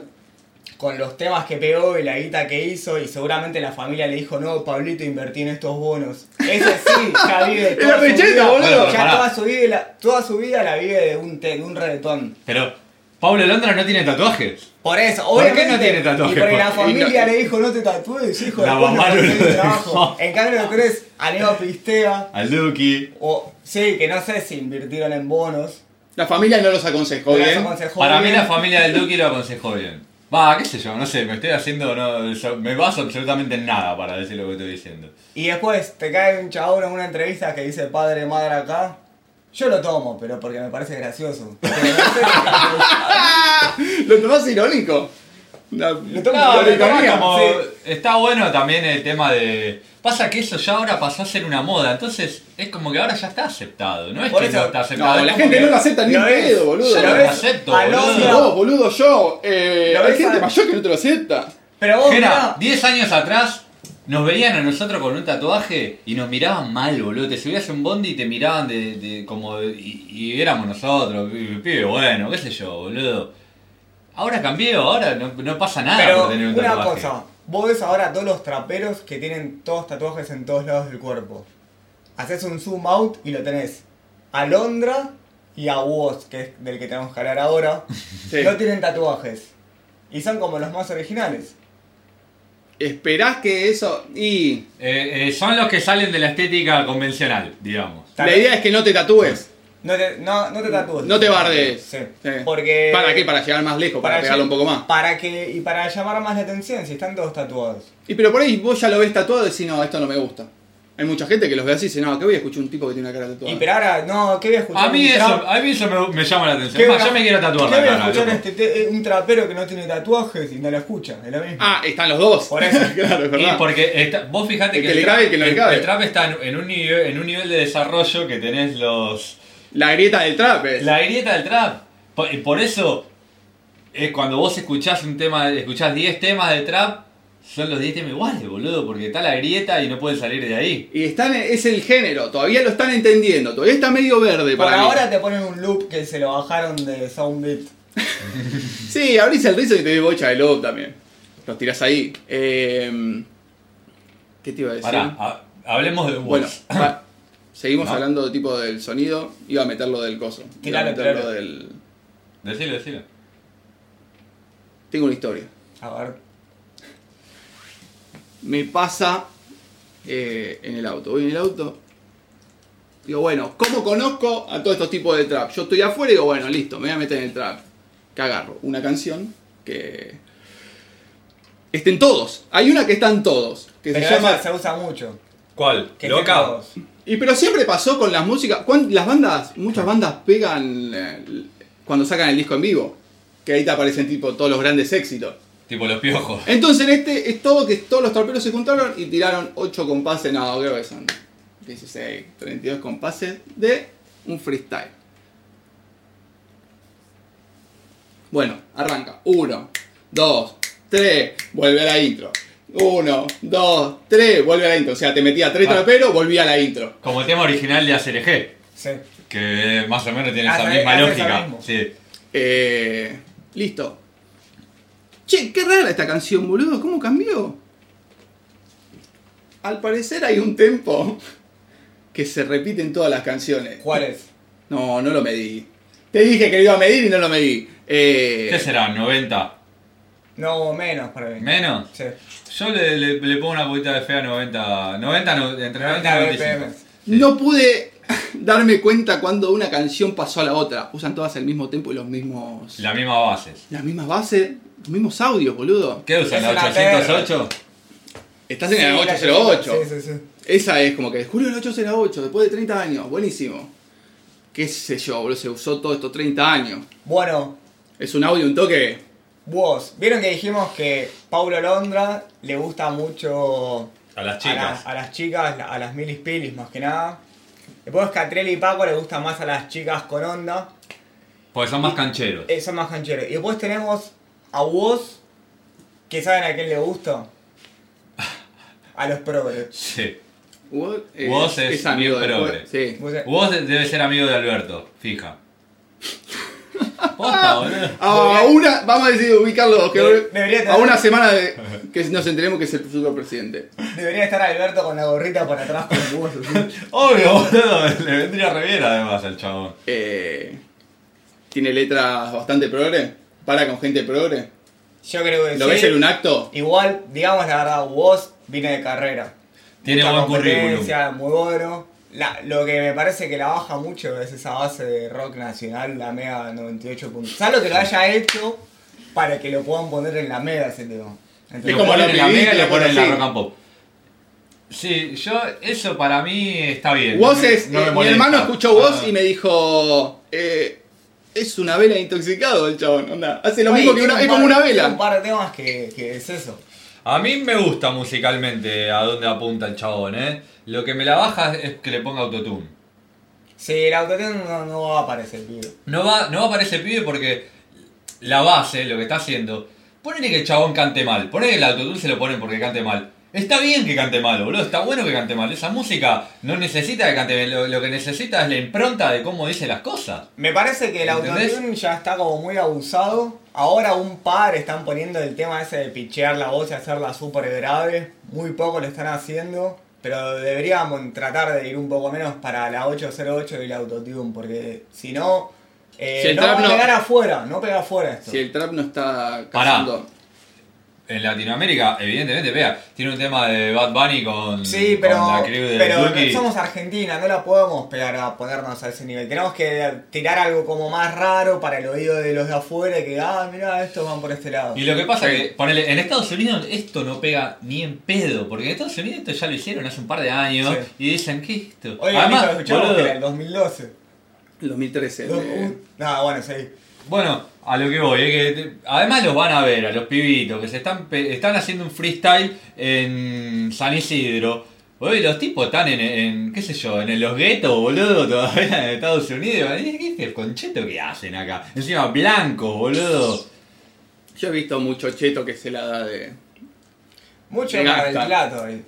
con los temas que pegó y la guita que hizo y seguramente la familia le dijo, no, Pablito, invertí en estos bonos. Ese sí, ya vive toda
Era
su
recheta,
vida-
boludo.
Ya
Pará.
toda su, vida, la- toda su vida la vive de un, te- de un reggaetón.
Pero, ¿Pablo Londra no tiene tatuajes?
Por eso,
¿Por
obviamente.
qué no tiene tatuaje?
Y porque la
Y
no-
familia le dijo, no te tatúes, hijo de
La
puta,
mamá
no
no
tenés
lo
trabajo.
dejó.
En cambio, tenés a Neo Pistea,
Al Duki.
o sí, que no sé si invirtieron en bonos.
La familia no los aconsejó
pero eso
bien.
aconsejó
Para mí
bien.
la familia del Duki lo aconsejó bien. Va, qué sé yo, no sé, me estoy haciendo, no, yo- me baso absolutamente en nada para decir lo que estoy diciendo.
Y después te cae un chabón en una entrevista que dice padre, madre acá. Yo lo tomo, pero porque me parece gracioso. Pero no sé-
¿Lo tomás irónico? No,
Lo tomo
No,
como
pero
ironía,
también como-
sí.
está bueno también el tema de... Pasa que eso ya ahora pasó a ser una moda, entonces es como que ahora ya está aceptado, no es
Por
que
eso-
no está aceptado.
No,
es
la
como
gente
que-
no lo acepta ni
Lo
un
ves,
pedo, boludo.
ya lo
Lo
ves.
acepto,
al
boludo.
Sí,
odio.
vos, boludo, yo. Eh,
Lo
hay
ves
gente
a-
mayor que no te lo acepta.
Pero vos,
Jera,
Oh, mirá,
10 años atrás nos veían a nosotros con un tatuaje y nos miraban mal, boludo. Te subías a un bondi y te miraban de, de- como... de- y, y éramos nosotros, pi- pibe, bueno, qué sé yo, boludo. Ahora cambió, ahora no, no pasa nada
pero
por tener un
una
tatuaje.
cosa. Vos ves ahora a todos los traperos que tienen todos tatuajes en todos lados del cuerpo. Haces un zoom out y lo tenés. A Londra y a Woz, que es del que tenemos que hablar ahora.
Sí.
No tienen tatuajes. Y son como los más originales.
Esperás que eso. Y.
Eh, eh, son los que salen de la estética convencional, digamos.
Tal
la
vez-
idea es que no te tatúes.
No te, no, no te tatúes.
No te bardes.
Sí.
Pues, Sí.
Porque.
¿Para qué? Para llegar más lejos, para, pegarlo un poco más.
Para que. Y para llamar más la atención si están todos tatuados.
Y pero por ahí vos ya lo ves tatuado y decís, no, esto no me gusta. Hay mucha gente que los ve así y dice, no, que voy a escuchar un tipo que tiene una cara tatuada.
Y pero ahora, no, ¿qué voy a escuchar?
A mí
un
eso,
trap-
a mí eso me, me llama la
¿Qué
atención.
voy
Más,
a-
yo me quiero tatuar
¿Qué
la
voy a
cara.
escuchar
loco.
este, te- un trapero que no tiene tatuajes y no lo escucha? Es lo mismo.
Ah, están los dos.
Por eso.
claro, es
Y
verdad.
porque está- vos fijate
El
que,
que le
trap-
cabe y el que no le
el-
cabe.
el trap está en, en un nivel, en un nivel de desarrollo que tenés los
La grieta del trap es.
la grieta del trap. Por, y por eso es cuando vos escuchás un tema, escuchás 10 temas de trap, son los 10 temas iguales, boludo, porque está la grieta y no pueden salir de ahí.
Y están, es el género, todavía lo están entendiendo, todavía está medio verde
Por
para mí.
ahora te ponen un loop que se lo bajaron de Soundbeat.
Sí, abrís el rizo y te doy bocha de lobo también. Los tirás ahí. Eh, ¿Qué te iba a decir?
Pará, ha- hablemos de Woz.
bueno, pa- seguimos
No.
hablando de tipo del sonido. Iba a meterlo del coso. Iba a
Tiralo,
meterlo
tiralo.
del.
Decilo, decilo.
Tengo una historia.
A ver.
me pasa eh, en el auto. Voy en el auto. Digo, bueno, ¿cómo conozco a todos estos tipos de trap? Yo estoy afuera y digo, bueno, listo, me voy a meter en el trap. que agarro una canción que estén todos. Hay una que están todos, que
Pero
se llama...
esa se usa mucho.
¿Cuál?
Que estén
¿Loca?
todos.
Y pero siempre pasó con las músicas, cuan- las bandas, muchas bandas pegan eh, cuando sacan el disco en vivo, que ahí te aparecen tipo todos los grandes éxitos.
Tipo los piojos.
Entonces en este es todo que todos los torpedos se juntaron y tiraron 8 compases, no, creo que son 16, 32 compases de un freestyle. Bueno, arranca. 1, 2, 3, vuelve a la intro. 1, 2, 3, vuelve a la intro. O sea, te metía 3
Ah.
traperos, volví a la intro.
Como el tema original de ACRG,
Sí.
que más o menos tiene
Ah,
esa
sabe-
misma
hace
lógica.
esa mismo.
Sí.
Eh, listo. Che, qué rara esta canción, boludo. ¿Cómo cambió? Al parecer hay un tempo que se repite en todas las canciones.
¿Cuál es?
No, no lo medí. Te dije que lo iba a medir y no lo medí. Eh,
¿Qué será? ¿90?
No, menos para mí.
¿Menos?
Sí.
Yo le, le- le pongo una poquita de fe a 90. 90 no- entre 90 y 95.
BPMs.
no pude darme cuenta cuando una canción pasó a la otra. Usan todas el mismo tempo y los mismos.
La misma base.
Las mismas bases, los mismos audios, boludo.
¿Qué usan?
Es
¿La
una
808?
Estás en el
Sí, la-
808.
Sí, sí, sí.
Esa es como que descubrió el 808 después de 30 años, buenísimo. Qué sé yo, boludo, se usó todos estos 30 años.
Bueno,
Es un audio, un toque.
vos, vieron que dijimos que Paulo Londra le gusta mucho
A
a
las
las,
chicas.
a las chicas, la- a las milis pilis más que nada. Después Catrelli y Paco le gustan más a las chicas con onda.
Porque son más cancheros.
Eh, son más cancheros. Y después tenemos a vos, que saben a quién le gusta. A los progres.
Sí.
Vos, eh,
Vos es
amigo
bien
de-
progre.
Sí.
Vos-
Vos de- debe ser amigo de Alberto, fija. Posta, boludo.
A una, vamos a decidir ubicarlo. Que
Debe- debería
a
tener-
una semana de que nos enteremos que es el futuro presidente.
Debería estar Alberto con la gorrita por atrás con vos. así.
Obvio, boludo. Le vendría re bien además al chabón.
Eh, tiene letras bastante progre. Para con gente progre.
Yo creo que
¿Lo
sí.
ves en un acto?
Igual, digamos la verdad, vos vine de carrera.
Tiene
Mucha
buen currículum.
competencia, Muy bueno. La- lo que me parece que la baja mucho es esa base de rock nacional, la Mega 98. puntos. Salvo que lo haya hecho para que lo puedan poner en la Mega ese tema.
Es
¿Entendés?
Lo
como
ponen
la
en la
pibita,
mega y lo ponen en la
así.
rock and pop. Sí, yo, eso para mí está bien.
Vos
No me-
es.
no me
eh, mi
molesta.
hermano escuchó vos
Ah.
y me dijo. eh, es una vela intoxicado el chabón, onda. Hace lo
Oye,
mismo que
tiene un
una. Es
par-
como una
tiene Un
vela.
par de temas que, que es eso.
A mí me gusta musicalmente a dónde apunta el chabón, ¿eh? Lo que me la baja es que le ponga autotune.
Si el autotune no, no va a aparecer, pibe.
No va, no va para ese pibe porque la base, lo que está haciendo, ponele que el chabón cante mal, ponele que el autotune se lo ponen porque cante mal. Está bien que cante mal, boludo, está bueno que cante mal. Esa música no necesita que cante bien, lo, lo que necesita es la impronta de cómo dice las cosas.
Me parece que el
¿Entendés?
autotune ya está como muy abusado. Ahora un par están poniendo el tema ese de pichear la voz y hacerla súper grave. Muy poco lo están haciendo. Pero deberíamos tratar de ir un poco menos para la 808 y el autotune. Porque si no, eh,
Si el
no
trap
va a
no-
pegar afuera. No pega afuera esto.
Si el trap no está
Pará.
cazando.
En Latinoamérica, evidentemente, vea, tiene un tema de Bad Bunny con,
Sí,
con
pero,
la crew de
pero
Duki.
somos Argentina, no la podemos pegar a ponernos a ese nivel. Tenemos que tirar algo como más raro para el oído de los de afuera y que, ah, mira, estos van por este lado.
Y lo que pasa que, ponele, en Estados Unidos esto no pega ni en pedo, porque en Estados Unidos esto ya lo hicieron hace un par de años
Sí.
y dicen, ¿qué es esto?
Oye, Además, escuchamos que era el 2012.
El 2013.
Do-
eh,
un- Nada, bueno, sí.
Bueno, a lo que voy, es que te- además los van a ver, a los pibitos, que se están, pe- están haciendo un freestyle en San Isidro. Oye, los tipos están en, en, qué sé yo, en los guetos, boludo, todavía en Estados Unidos. ¿Qué qué es el concheto que hacen acá? Encima blancos, boludo.
Yo he visto mucho cheto que se la da de.
Mucho
Me
Mar
gasta.
del Plata, eh.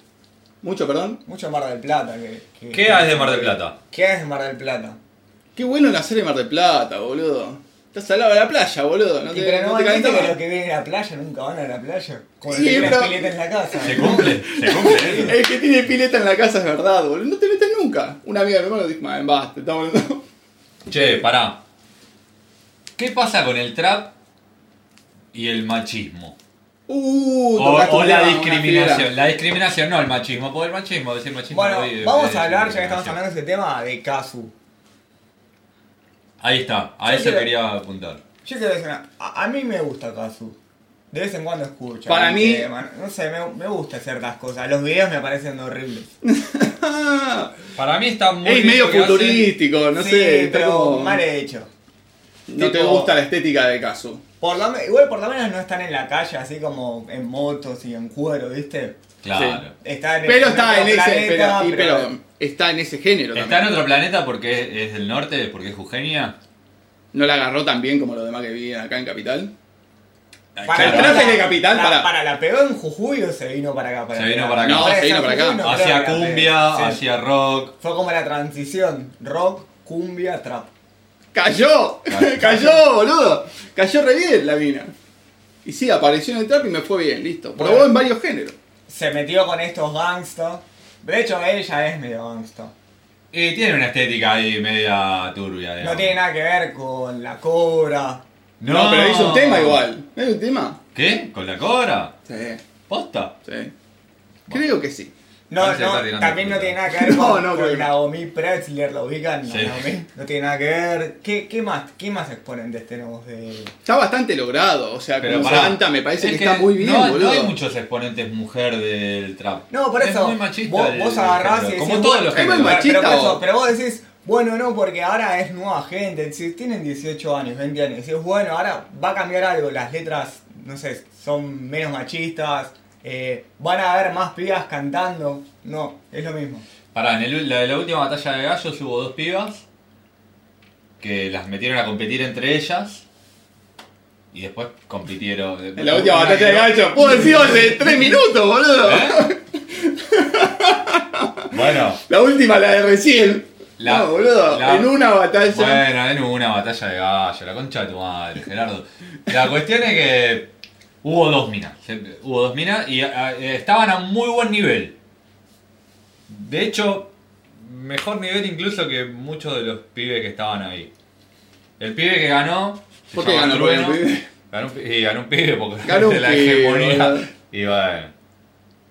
Mucho, perdón.
Mucho Mar del Plata. Que, que-
¿Qué hay de Mar del Plata?
¿Qué es Mar del Plata?
Qué bueno nacer en Mar del Plata, boludo. Estás al lado de la playa, boludo. No
Y
te,
pero
no
no,
te
hay gente
calentás.
que los que vienen a la playa nunca van a la playa. Como
Sí,
que tienen las
pero-
piletas en la casa.
Se cumple, se cumple eso.
El que tiene pileta en la casa es verdad, boludo. No te metes nunca. Una amiga de mi hermano dijo, man, basta, estamos hablando".
Che, pará. ¿Qué pasa con el trap y el machismo?
Uh,
O,
tocaste
o
un
la
tema, una fibra.
discriminación. La discriminación, no el machismo. Por el machismo, decir machismo.
Bueno,
hoy es-
vamos
es
a hablar, ya que estamos
discriminación.
hablando de ese tema, de Casu.
Ahí está, a
Yo
eso
quiero-
quería apuntar.
Yo quiero decir una- a, a mí me gusta Kazu. De vez en cuando escucho.
Para
algún
mí-
tema, No sé, me, me gusta ciertas cosas. Los videos me parecen horribles.
Ah,
Para mí está muy.
es
bien
medio
lo que hacen.
futurístico, no
sí,
sé. está
pero
como-
mal hecho.
No te
Tipo-
gusta la estética de Kazu.
Por lo me- igual por lo menos no están en la calle así como en motos y en cuero, ¿viste?
Claro.
Están
Pero está en
otro
ese.
planeta,
pero, y- pero está en ese género
Está en
también.
otro planeta porque es del norte, porque es Eugenia.
No la agarró tan bien como los demás que vivían acá en Capital.
Para
el
la-
traje de capital,
la-
para-
para la pegó en Jujuy o se vino para acá. Para
Se
acá?
vino para acá.
No,
Parece
se vino para acá.
Jujuy, no creo
hacia
que la pegue.
cumbia,
Sí.
hacia rock.
Fue como la transición, rock, cumbia, trap.
¡Cayó!
Claro.
¡Cayó, boludo! Cayó re bien la mina. Y sí, apareció en el trap y me fue bien, listo. Probó
Bueno.
en varios géneros.
Se metió con estos gangsters. De hecho, ella es medio gangster.
Y tiene una estética ahí media turbia.
No
digamos.
tiene nada que ver con la cobra.
No, pero hizo un tema igual. ¿No ¿Es un tema?
¿Qué? ¿Con la cobra?
Sí,
¿Posta?
sí. Creo que sí.
No,
Parece que está
no,
tirando
también no
fruta.
tiene nada que ver
No,
con,
no,
con
creo que no.
Naomi Pretzler, lo ubican,
Sí.
Naomi. No tiene nada que ver. ¿Qué, qué más, qué más exponentes tenemos de...?
Está bastante logrado, o sea,
Pero
como
pará.
Santa me parece
Es
que, está muy bien,
no,
boludo.
No hay muchos exponentes mujer del trap.
No, por eso,
Es muy machista.
vos,
el-
vos agarrás y
el género,
decís,
Como todos los
bueno,
Es muy
géneros.
pero,
machista,
por eso,
vos.
pero vos decís, bueno, no, porque ahora es nueva gente, si tienen 18 años, 20 años, decís, bueno, ahora va a cambiar algo, las letras, no sé, son menos machistas, eh, van a haber más pibas cantando, no, es lo mismo.
Pará, en el- la, la última batalla de gallos hubo dos pibas que las metieron a competir entre ellas y después compitieron.
En la última batalla de gancho, puedo decir hace 3 minutos, boludo.
¿Eh? Bueno,
La última, la de recién.
La-
no, boludo,
la-
en una batalla.
Bueno, en una batalla de gallo, la concha de tu madre, Gerardo. La cuestión es que hubo dos minas. se- Hubo dos minas y a- a- estaban a muy buen nivel. De hecho, mejor nivel incluso que muchos de los pibes que estaban ahí. El pibe que ganó. se
¿Por qué
llama
ganó por el
Trueno.
pibe?
Ganó un, pi- y ganó un pibe porque
Ganó un
la
pibe,
hegemonía.
boludo.
Y bueno.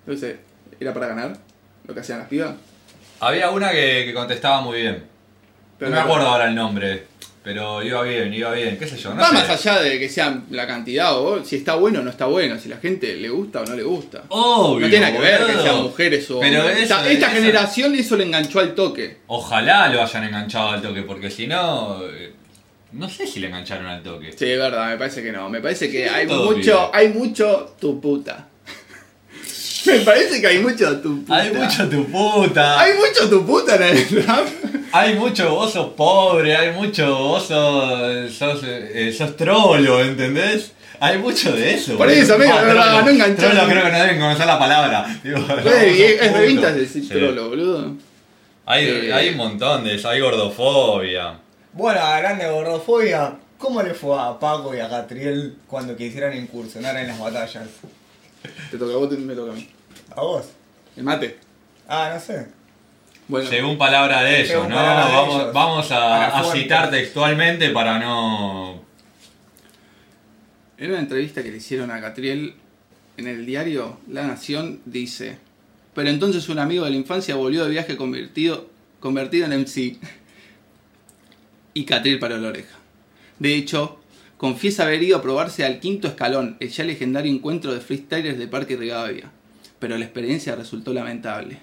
No sé, ¿era para ganar? Lo que hacían las pibas.
Había una que, que contestaba muy bien.
Pero
no me acuerdo ahora el nombre. Pero iba bien, iba bien, qué sé yo. No
Va
sé.
más allá de que sea la cantidad o si está bueno o no está bueno, si la gente le gusta o no le gusta.
Obvio.
no tiene nada que ver que
boludo.
sean mujeres o
Pero
hombres.
eso-
esta esta
eso-
generación eso le enganchó al toque.
Ojalá lo hayan enganchado al toque, porque si no. eh, No sé si le engancharon al toque.
Sí, es verdad, me parece que no. Me parece que hay
Todo
mucho,
bien.
hay mucho tu puta. me parece que hay mucho tu puta.
Hay mucho tu puta.
Hay mucho tu puta en el rap.
Hay mucho oso pobre, hay mucho oso. Sos, eh, sos trolo, ¿entendés? Hay mucho de eso.
Por
boludo. Ah,
eso, amigo, no,
trolo.
no engancharon.
Trolo creo que no deben conocer la palabra. Digo,
Re
no,
vie-
sos
es
puto.
de vintage decir
Sí.
trolo, Eh. boludo.
Hay,
Sí.
hay un montón de eso, hay gordofobia.
Bueno, hablando de gordofobia, ¿cómo le fue a Paco y a Catriel cuando quisieron incursionar en las batallas?
Te toca a vos, te- me toca a mí.
¿A vos?
El mate.
Ah, no sé.
Bueno,
Según palabra de ellos,
Según
¿no?
palabra de
vamos
ellos.
vamos
Para
a, a
fuerte.
citar textualmente para no.
En una entrevista que le hicieron a Catriel en el diario La Nación dice, pero entonces un amigo de la infancia volvió de viaje convertido, convertido en MC y Catriel paró la oreja. De hecho, confiesa haber ido a probarse al quinto escalón, el ya legendario encuentro de freestylers de Parque Rivadavia, pero la experiencia resultó lamentable.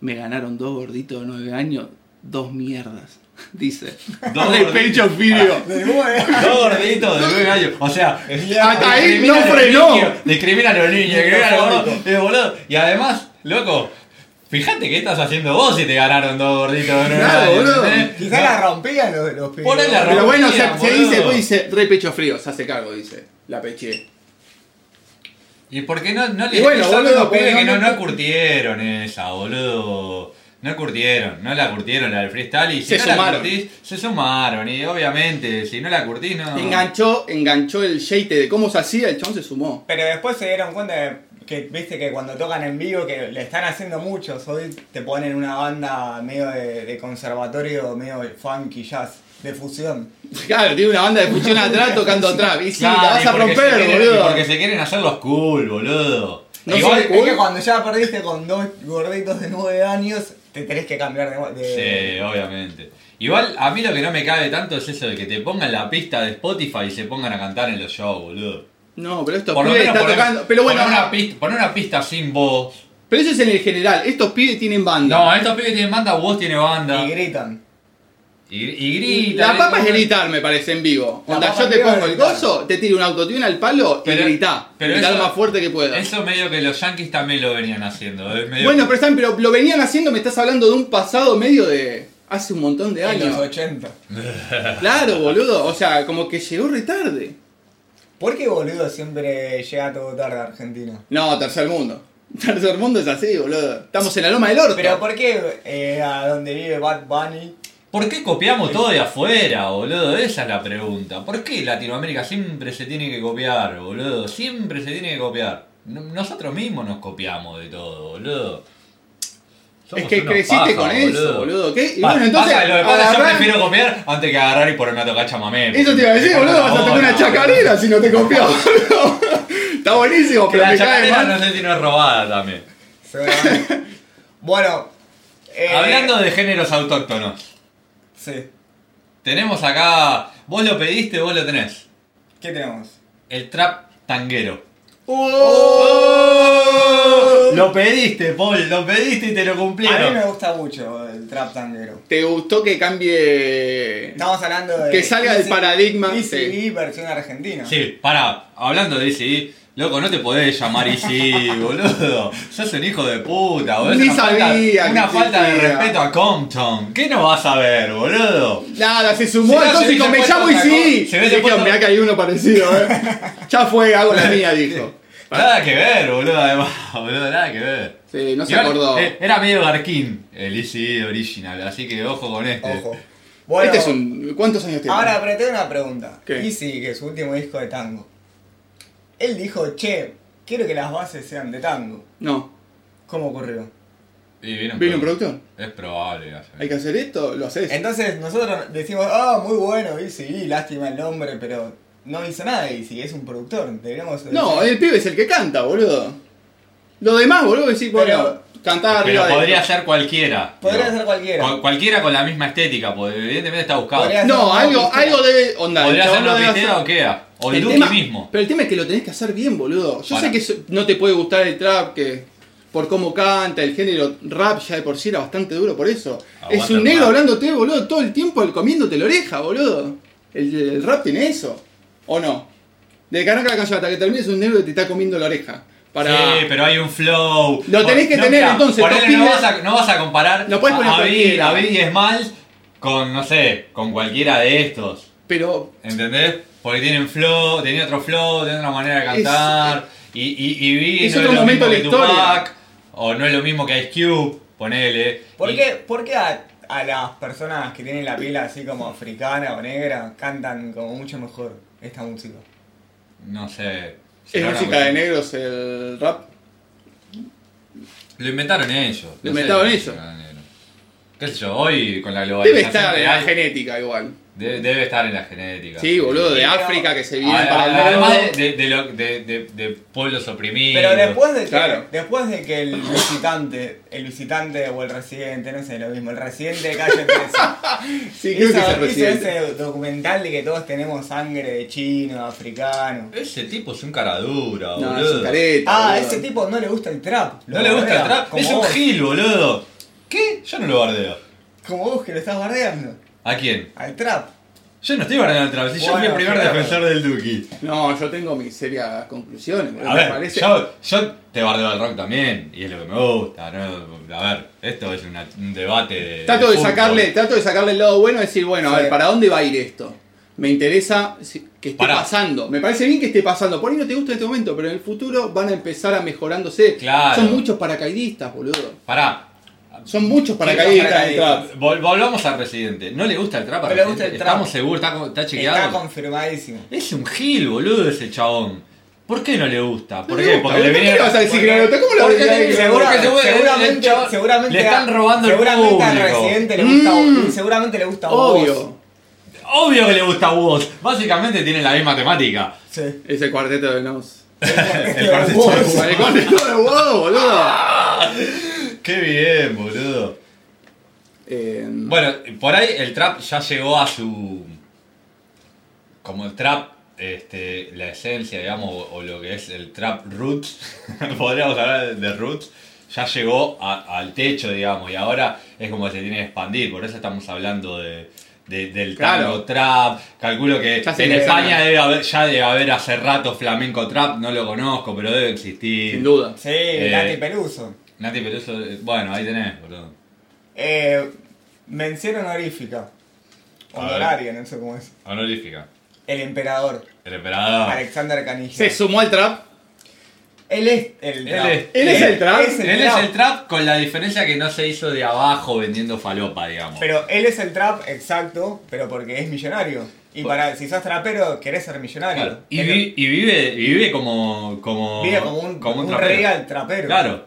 Me ganaron dos gorditos de nueve años, dos mierdas, dice.
Dos
De
gorditos.
pecho frío.
De
eh.
nuevo,
Dos gorditos de nueve años. O sea,
Hasta ahí
discrimina
no
a los
frenó.
niños, Discrimina a los niños, discrimina a los gordos.
Microfónico.
eh, boludo. Y además, loco, fíjate qué estás haciendo vos si te ganaron dos gorditos de nueve
Claro,
años.
boludo.
¿entendés?
Quizás la rompían los, los pibes.
Por ahí la
Pero bueno, se,
Rompía,
se dice,
boludo.
después dice, re pecho frío, se hace cargo, dice. La peché.
¿Y por qué no, no
Y
le
bueno,
esos son
boludo,
los pibes que
porque
no,
no-
no curtieron esa, boludo? No curtieron, no la curtieron la del freestyle y si
Se
no la
sumaron.
curtís, se sumaron y obviamente si no la curtís no...
Enganchó, enganchó el jeite de cómo se hacía, el chabón se sumó.
Pero después se dieron cuenta de que, viste, que cuando tocan en vivo, que le están haciendo muchos. Hoy te ponen una banda medio de, de conservatorio, medio funky jazz, de fusión.
Claro, tiene una banda de fusión atrás tocando trap. Y sí,
Claro,
la vas
y
a
porque se
romper,
quieren- y
boludo.
Porque se quieren hacer los cool, boludo.
No
Igual-
es que cuando ya perdiste con dos gorditos de 9 años, te te tenés que cambiar de. de-
Sí, obviamente. Igual, a mí lo que no me cabe tanto es eso de que te pongan la pista de Spotify y se pongan a cantar en los shows, boludo.
No, pero estos
Por lo
pibes
menos
están
poner,
tocando. Pero bueno,
poner una pista, poner una pista sin voz.
pero eso es en el general. Estos pibes tienen banda.
No, estos pibes tienen banda, vos tiene banda.
Y gritan.
Y, y grita.
la papa es
como-
gritar, me parece, en vivo.
La
Onda,
papa
yo
en
te
vivo
pongo
es
el
gritar.
gozo, te tiro un autotune al palo
Pero-
y gritá.
pero
gritá lo
eso-
más fuerte que puedas.
Eso medio que los yankees también lo venían haciendo. es medio-
Bueno, pero, están- pero lo venían haciendo, me estás hablando de un pasado medio de. hace un montón de
En los
años.
80.
Claro, boludo. O sea, como que llegó retarde.
¿Por qué boludo siempre llega todo tarde a Argentina?
No, tercer mundo. Tercer mundo es así, boludo. Estamos en la loma del orto.
Pero ¿por qué eh, a donde vive Bad Bunny?
¿Por qué copiamos todo de afuera, boludo? Esa es la pregunta. ¿Por qué Latinoamérica siempre se tiene que copiar, boludo? Siempre se tiene que copiar. No- Nosotros mismos nos copiamos de todo, boludo. Somos
es que
unos
creciste
pajas,
con eso, boludo. ¿Qué? Y
Pa-
bueno, entonces.
pasa, lo que pasa es que yo
agarrá-
prefiero copiar antes que agarrar y ponerme a tocar chamamé.
Eso te iba a decir,
porque-
boludo. Vas a tocar una
no,
chacarera si no te copió, boludo. Está buenísimo,
Que
pero
la
me cae
chacarera
mal.
no sé si no es robada también.
Seguramente. bueno. eh,
Hablando de géneros autóctonos,
Sí.
tenemos acá. Vos lo pediste, vos lo tenés.
¿Qué tenemos?
El trap tanguero.
Oh.
Lo pediste, Paul, lo pediste y te lo
A mí me
cumplieron.
gusta mucho el trap tanguero.
¿Te gustó que cambie.?
Estamos hablando de.
Que salga del paradigma, sí.
Sí, versión argentina.
Sí, pará, hablando de ICI, loco, no te podés llamar ICI, boludo. Sos un hijo de puta, boludo.
Ni
Una falta-
sabía que
Una falta de
existía.
respeto a Compton. ¿Qué no vas a ver, boludo?
Nada, se sumó
Se
al
hubiese
tóxico, me
puesto
llamo y
otra
sí.
cosa, se hubiese
Dije,
puesto-
mirá que hay uno parecido, eh. ya fue, hago la mía, dijo.
Nada que ver, boludo, además, boludo, nada que ver.
Sí, no se
Igual,
acordó.
eh, Era medio Garquín, el ICI original, así que ojo con este.
Ojo. Bueno,
este es un. ¿Cuántos años tiene?
ahora pero tengo una pregunta.
¿Qué?
Y sí, que es su último disco de tango. Él dijo, che, quiero que las bases sean de tango.
No.
¿Cómo ocurrió?
Y vino
¿Vino un productor?
Es probable, ya sé.
¿Hay que hacer esto? Lo haces.
Entonces nosotros decimos, ah, muy bueno, y sí, lástima el nombre, pero no hizo nada, y sí, es un productor. Deberíamos
No,
decir-
el pibe es el que canta, boludo. Lo demás, boludo, decís, bueno, cantar
Pero
arriba de
podría
esto.
ser cualquiera.
Podría
Digo,
ser cualquiera.
cual- cualquiera con la misma estética, porque evidentemente está buscado.
Podría-
Podría,
No,
ser
algo,
una pistera.
algo debe. Onda, el
ser
chabón
una
debe hacer-
pistera o queda. O el
el
Duki
tema-
mismo.
Pero el tema es que lo tenés que hacer bien, boludo. Yo
Para.
sé que eso- no te puede gustar el trap, que por cómo canta, el género rap ya de por sí era bastante duro por eso.
Aguanta
es un
el
negro
rap.
hablándote, boludo, todo el tiempo el comiéndote la oreja, boludo. El, el rap tiene eso, ¿o no? Desde que arranca la canción hasta que termines un negro que te está comiendo la oreja. Para...
Sí, pero hay un flow.
Lo tenés que tener,
mirá,
entonces,
ponele,
dos
no,
pibes-
vas a, no vas a comparar
Lo podés poner
a Avi,
cualquiera.
a Avi y Smal con, no sé, con cualquiera de estos.
pero
¿Entendés? Porque tienen flow, tienen otro flow, tienen otra manera de cantar. y, y, y Avi
es
no
otro
es lo
momento
mismo
de
que
la historia.
Tupac, o no es lo mismo que Ice Cube, ponele.
¿Por
Y-
qué, por qué a, a las personas que tienen la piel así como africana o negra cantan como mucho mejor esta música?
No sé.
es
será una
música de
cuestión-
negros el rap.
Lo inventaron ellos.
Lo
no sé
inventaron
si
ellos.
lo inventaron. Qué sé yo, hoy con la
Debe
globalización.
estar
que
en la
hay,
genética igual.
debe, debe estar en la genética.
Sí, boludo, de
Pero-
África que se
A-
viene
a-
para el
Además
norte.
de, de- de lo- de- de- de pueblos oprimidos.
Pero después de, que,
claro.
después de que el visitante, el visitante o el residente, no sé, lo mismo, el residente de calle 13,
Sí, creo que es el
hizo, hizo
presidente.
ese documental de que todos tenemos sangre de chino, africano.
Ese tipo es un caradura,
No, es
boludo.
un careta,
Ah, a
boludo.
ese tipo no le gusta el trap. lo
no le gusta
bardea,
el trap.
Como
Es un
vos,
gil, boludo. ¿Qué? Yo no lo bardeo.
como vos que lo estás bardeando.
¿A quién?
Al trap.
Yo no estoy bardeando al trap. Si yo fui el
Bueno,
primer
claro.
defensor del Duki.
No, yo tengo mis serias conclusiones, boludo,
A
me
ver,
parece.
yo, yo te bardeo al rock también. Y es lo que me gusta. ¿no? A ver, esto es una- un debate de.
Trato de,
fútbol.
sacarle, trato de sacarle el lado bueno y decir, bueno, a
Sí.
ver, ¿para dónde va a ir esto? Me interesa si- que esté
Pará.
pasando. Me parece bien que esté pasando. Por ahí no te gusta en este momento, pero en el futuro van a empezar a mejorándose.
Claro.
Son muchos paracaidistas, boludo.
Pará,
Son muchos paracaidistas en
paracaidistas.
trap.
vol- volvamos al residente. ¿No le gusta el trap a
No le gusta
Residente?
el trap.
Estamos seguros, está, co- está chequeado.
Está confirmadísimo.
Es un gil, boludo, ese chabón. ¿Por qué no le gusta? ¿Por
No
qué?
le gusta,
Porque le
boludo, ¿Qué le vas a
vinieron.
decir que no le gusta? ¿Cómo le
¿Por
vas a
qué
decir
te-
que no le
seguro-
gusta?
seguro-
seguramente,
el chavo-
seguramente
le están
a-
robando el
seguramente al
público.
residente le gusta
Mm.
seguramente le gusta vos.
Obvio.
Obvio que le gusta a vos. Básicamente tienen la misma temática.
Sí.
Es el cuarteto de Nos.
el
cuarteto de
el cuarteto de Wow, boludo.
Qué bien, boludo.
Eh,
Bueno, por ahí el trap ya llegó a su. Como el trap, este, la esencia, digamos, o, o lo que es el trap roots, podríamos hablar de roots, ya llegó a- al techo, digamos, y ahora es como que se tiene que expandir, por eso estamos hablando de. de- del
Claro.
tango trap, calculo que
Ya se
en
le-
España debe haber, ya debe haber hace rato flamenco trap, no lo conozco, pero debe existir.
sin duda.
Sí,
Eh.
Nati Peluso.
Nati Peluso, bueno, ahí tenés, boludo.
Eh, mención honorífica.
A ver.
Honoraria, no sé cómo es.
Honorífica.
El emperador.
El emperador.
Alexander Canilla.
Se sumó al trap.
Él es el.
Él
no.
es-
Él es el trap.
Es el
Él
trap.
es el trap con la diferencia que no se hizo de abajo vendiendo falopa, digamos.
Pero él es el trap, exacto, pero porque es millonario. Y para, si sos trapero, querés ser millonario.
Claro. Y,
Pero
vi- y vive, vive como, como.
vive como un, como un
trapero.
real trapero.
Claro.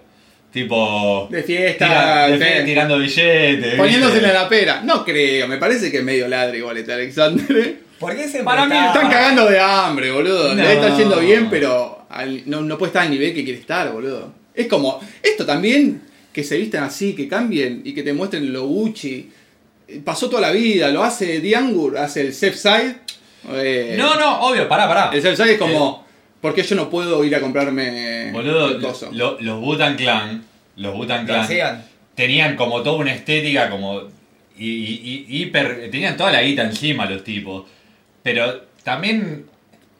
Tipo.
De fiesta, de
de fiesta,
fiesta.
tirando billetes.
Poniéndosele a
¿viste?
la pera. No creo, me parece que es medio ladre igual este Alexander. ¿eh?
¿Por qué siempre
Para mí
está-
Están cagando de hambre, boludo.
No.
Le está yendo bien, pero al- no, no puede estar al nivel que quiere estar, boludo. Es como, esto también, que se vistan así, que cambien y que te muestren lo Gucci. Eh, Pasó toda la vida, lo hace Diangur, hace el Safe Side. eh,
No, no, obvio, pará, pará.
El Safe Side es como, ¿por qué yo no puedo ir a comprarme
Boludo,
el coso?
lo- los Butan Clan. Los Butan
Lo
Clan.
hacían.
Tenían como toda una estética como. Y, y- y- hiper. Tenían toda la guita encima los tipos. Pero también.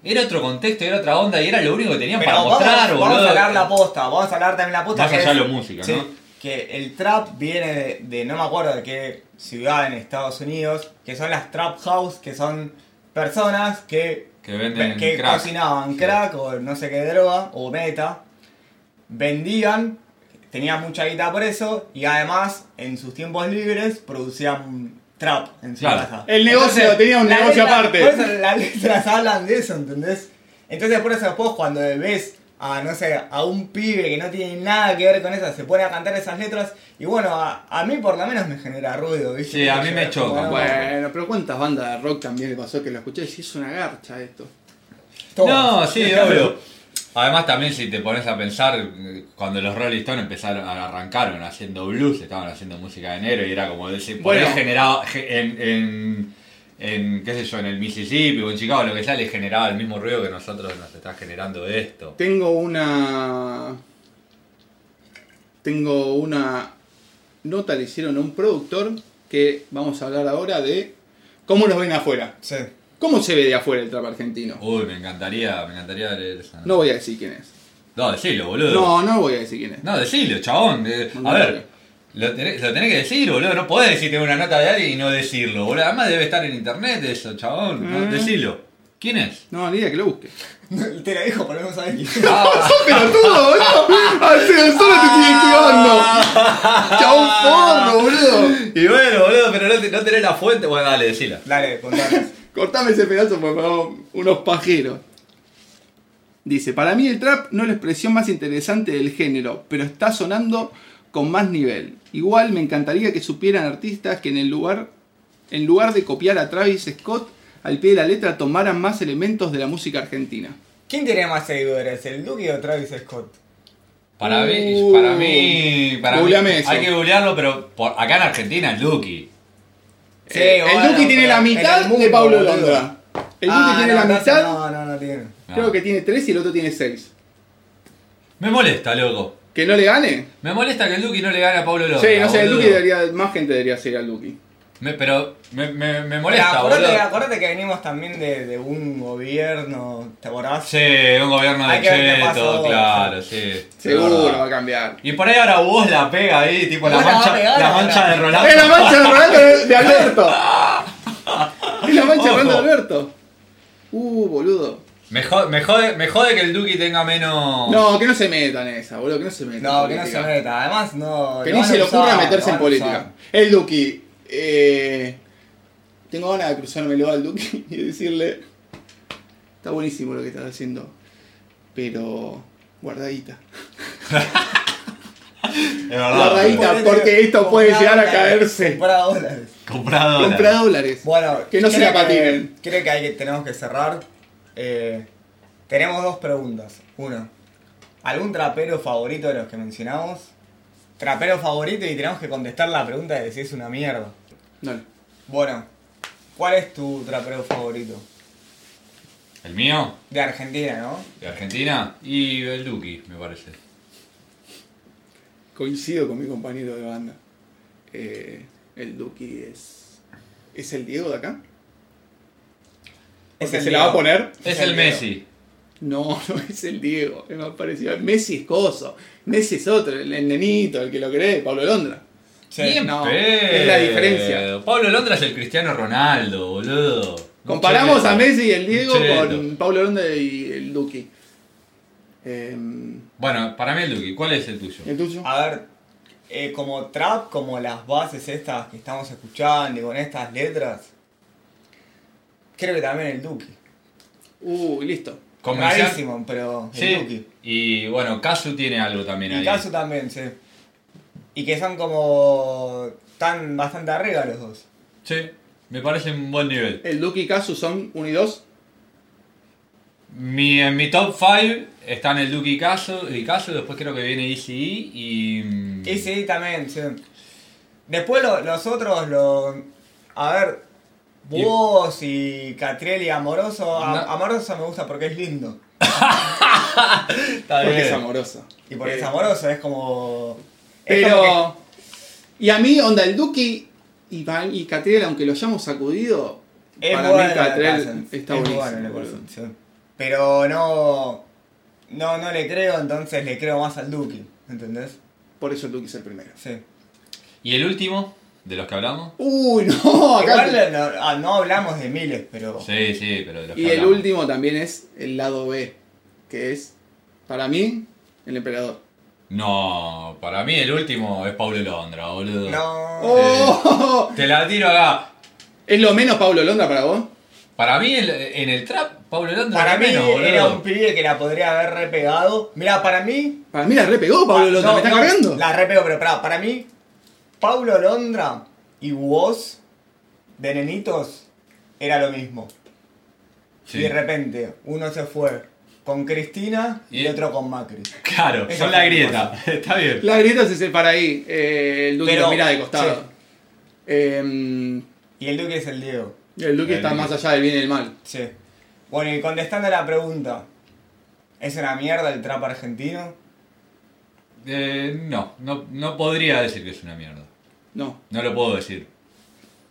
Era otro contexto, era otra onda y era lo único que tenían
Pero
para
vamos,
mostrar, boludo.
vamos a hablar la posta, vamos a hablar también la posta.
Más
que
allá
es-
de lo música,
sí,
¿no?
Que el trap viene de, de no me acuerdo de qué ciudad en Estados Unidos, que son las trap house, que son personas que
Que venden
que
crack.
cocinaban crack o no sé qué droga o meta, vendían, tenían mucha guita por eso y además en sus tiempos libres producían trap en su
Claro.
casa.
El negocio, tenía un
la
negocio
letra-
aparte.
Por eso las letras hablan de eso, ¿entendés? Entonces por eso después cuando ves a, no sé, a un pibe que no tiene nada que ver con eso, se pone a cantar esas letras y bueno, a, a mí por lo menos me genera ruido, ¿viste?
Sí, a mí me choca,
Bueno,
bueno.
Bueno, pero ¿cuántas bandas de rock también le pasó que lo escuché? Si es una garcha esto.
todo.
No, sí, obvio. Además también si te pones a pensar, eh, cuando los Rolling Stones empezaron, arrancaron haciendo blues, estaban haciendo música de negro y era como decir, por
Bueno.
ahí generaba ge- en, en, en, qué sé yo, en el Mississippi o en Chicago, lo que sea, le generaba el mismo ruido que nosotros nos está generando esto.
Tengo una. Tengo una nota le hicieron a un productor que vamos a hablar ahora de cómo nos ven afuera.
Sí.
¿Cómo se ve de afuera el trap argentino?
Uy, me encantaría, me encantaría leer esa.
No voy a decir quién es.
No, decilo, boludo.
No, no voy a decir quién es.
No, decilo, chabón. de- a ver, lo tenés, lo tenés que decir, boludo. No podés decir tengo una nota de alguien y no decirlo, boludo. Además debe estar en internet eso, chabón. No,
Mm.
decilo. ¿Quién es?
No, ni idea que lo busque.
Te la dijo, pero no sabes quién.
Pero todo, boludo. Así el solo te estoy esquivando. Chao, forro, boludo.
Y bueno, boludo, pero no, te- no tenés la fuente. Bueno, dale, decila.
Dale, contanos.
Cortame ese pedazo por favor, unos pajeros. Dice, para mí el trap no es la expresión más interesante del género, pero está sonando con más nivel. Igual me encantaría que supieran artistas que en el lugar, en lugar de copiar a Travis Scott, al pie de la letra tomaran más elementos de la música argentina.
¿Quién tiene más seguidores, el Duque o Travis Scott?
Para mí,
Uh.
para mí, para mí,
Googleame eso.
hay que googlearlo, pero por, acá en Argentina, Lucky.
Sí,
Eh, el
bueno,
Duki tiene
pero
la
en
mitad
el mundo,
de Pablo
boludo.
Londra. El Duki
Ah,
tiene
no,
la
entonces
mitad,
No, no, no tiene.
creo que tiene tres y el otro tiene seis.
Me molesta, loco.
¿Que no le gane?
Me molesta que el Lucky no le gane a Pablo López.
Sí, no sé, el Duki debería, más gente debería seguir al Duki.
Me, pero me, me, me
Pero
molesta,
acordate,
boludo.
acordate que venimos también de, de un gobierno, ¿te acordás?
Sí, un gobierno
Hay
de
que ver qué
cheto,
pasó.
claro, sí.
Seguro va a cambiar.
Y por ahí ahora vos la pega ahí, tipo la
Vos la vas a
mancha,
pegar
la
ahora.
mancha de Ronaldo.
¡Es la mancha de Ronaldo de- de Alberto! ¡Es la mancha de
Ojo.
Ronaldo de Alberto! Uh, boludo.
Me jode, me, jode, me jode que el Duki tenga menos.
No, que no se metan en esa, boludo, que no se metan.
No,
en
que no se
política.
meta. Además, no.
Que
lo
ni
van a
se le
usar,
ocurra
lo
meterse en
van a
política.
usar.
El Duki, eh, Tengo ganas de cruzármelo al Duki y decirle. Está buenísimo lo que estás haciendo, pero. Guardadita.
Es verdad.
Guardadita.
Ponele-
porque esto puede
comprar
llegar a
dólares,
caerse.
comprar dólares.
Comprado.
Compra dólares.
Bueno,
Que no se
creo
la
que-
patinen.
Creo que hay que tenemos que cerrar. Eh, tenemos dos preguntas. Uno, ¿algún trapero favorito de los que mencionamos? trapero favorito y tenemos que contestar la pregunta de si es una mierda.
Dale.
Bueno, ¿cuál es tu trapero favorito?
¿El mío?
De Argentina, ¿no?
¿De Argentina? Y el Duki, me parece.
Coincido con mi compañero de banda. Eh, el Duki es. ¿Es el Diego de acá?
Es
Porque
el
se la va a
Diego.
poner.
Es el Messi.
No, no es el Diego, es más parecido. Messi es coso. Messi es otro, el, el nenito, el que lo cree, Pablo Londra.
Sí.
Bien
No,
pedo.
es la diferencia.
Pablo Londra es el Cristiano Ronaldo, boludo.
Comparamos
Cheto.
a Messi y el Diego
Cheto.
con Pablo Londra y el Duki. Eh,
Bueno, para mí el Duki, ¿cuál es el tuyo?
¿El tuyo?
A ver, eh, como trap, como las bases estas que estamos escuchando y con estas letras, creo que también el Duki.
Uh, listo.
Comercial.
Rarísimo, pero el
Sí.
Duki.
Y bueno, Casu tiene algo también
Y
ahí.
Casu también, sí. Y que son como. tan bastante arriba los dos.
Sí, me parece un buen nivel.
El Duki y Casu son 1 y 2.
Mi, en mi top 5 están el Duki y Casu, y Casu, después creo que viene Easy E y. mm,
Y sí, también, sí. Después lo- los otros, lo, a ver,
Y-
vos y Catriel y Amoroso. A-
No.
Amoroso me gusta porque es lindo. E,
Está
Porque
bien.
es amoroso.
Y porque es
Eh,
amoroso, es como... es como
Pero. Y a mí, onda, el Duki y, pa- y Catriel, aunque lo hayamos sacudido,
que es
para
bueno
mí
la
Catriel
Parsons,
está
es
buenísimo.
bueno la
boludo.
Parsons, sí. Pero no, no, no le creo, entonces le creo más al Duki, ¿entendés?
Por eso el Duki es el primero.
Sí.
Y el último, de los que hablamos.
Uy, no, acá.
Igual no, ah, no hablamos de miles, pero...
Sí, sí, pero de los
Y
que
el
hablamos.
último también es el lado B, que es, para mí, el emperador.
No, para mí el último es Pablo Londra, boludo.
No...
¡Oh!
Te la tiro acá.
¿Es lo menos Pablo Londra para vos?
Para mí el- en el trap, Pablo Londra
Para mí
menos, boludo.
era un pibe que la podría haber repegado. Mira, para mí.
Para mí la repegó Pablo
Ah,
Londra,
no,
¿me está
no,
cargando?
La repego, pero pará, para mí, Paulo Londra y vos, de nenitos, era lo mismo.
Sí.
Y de repente, uno se fue con Cristina y,
Y-
otro con Macri.
Claro,
Esa
son la
fue mi
grieta. Está bien.
La grieta se separa ahí, eh, el Duque
Pero-
lo mira de costado.
sí.
Eh,
Y el Duque es el Diego.
el Duque
El
está
Duque.
más allá del bien y del mal.
Sí. Bueno, y contestando a la pregunta, ¿es una mierda el trap argentino?
Eh, no, no, no podría decir que es una mierda.
No,
No lo puedo decir.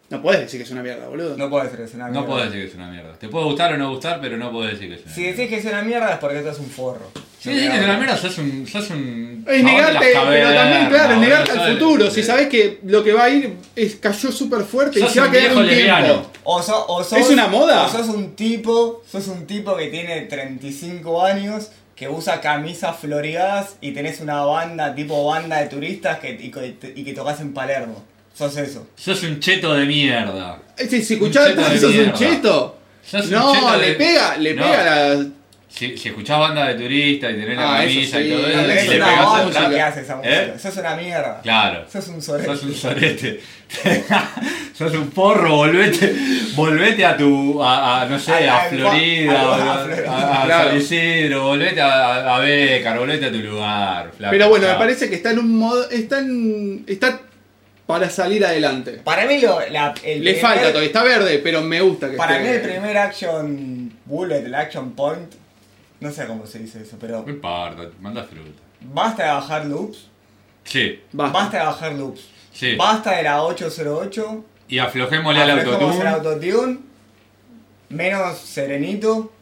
no puedes decir que es una mierda, boludo.
No puede ser, es una mierda.
No puedo decir que es una mierda. Te puede gustar o no gustar, pero no puedo decir que es una
Si
mierda.
decís que es una mierda es porque esto es un forro.
Si decís que es una mierda, sos un. Sos un
Es
chabón de las
negarte, pero también,
cavernas,
claro, es
boludo,
negarte
sos
al
el-
futuro. Si sabés que lo que va a ir es, cayó súper fuerte y
Sos
se va a
un
quedar
viejo
un tiempo.
lesbiano.
O, so- o sos,
¿Es una moda?
O sos un tipo, sos un tipo que tiene 35 años, que usa camisas floreadas y tenés una banda, tipo banda de turistas que, y, co- y que tocas en Palermo. Sos eso.
Sos un cheto de mierda.
Eh, Si, si escuchás,
Un cheto de
sos un
mierda.
cheto.
Sos un
no,
cheto
le
de-
pega, le
No.
pega la.
Si, si escuchás banda de turista y tenés la
Ah, eso
camisa
sí.
y todo eso,
No,
y
tenés
le
una
pegás
banda
un
música.
que hace esa música.
¿Eh?
Sos una mierda.
Claro.
Sos un sorete.
Sos un sorete. Sos un porro, volvete. Volvete a tu. a, a, no sé,
A-
a,
a-
Florida,
a-
a,
a Florida.
a- a
Claro.
San Isidro, volvete a, a Becar, volvete a tu lugar. flaco,
Pero bueno, me
chao.
parece que está en un modo. Está, en- está para salir adelante.
Para mí lo, la- el
Le
primer-
falta todavía, está verde, pero me gusta que
Para mí
esté-
el primer action bullet, el action point, no sé cómo se dice eso, pero
No importa, manda fruta.
basta de bajar loops.
Sí,
Basta.
Basta de bajar loops.
Sí.
Basta de la 808.
y aflojémosle al
aflojemos el
autotune.
autotune. Menos serenito.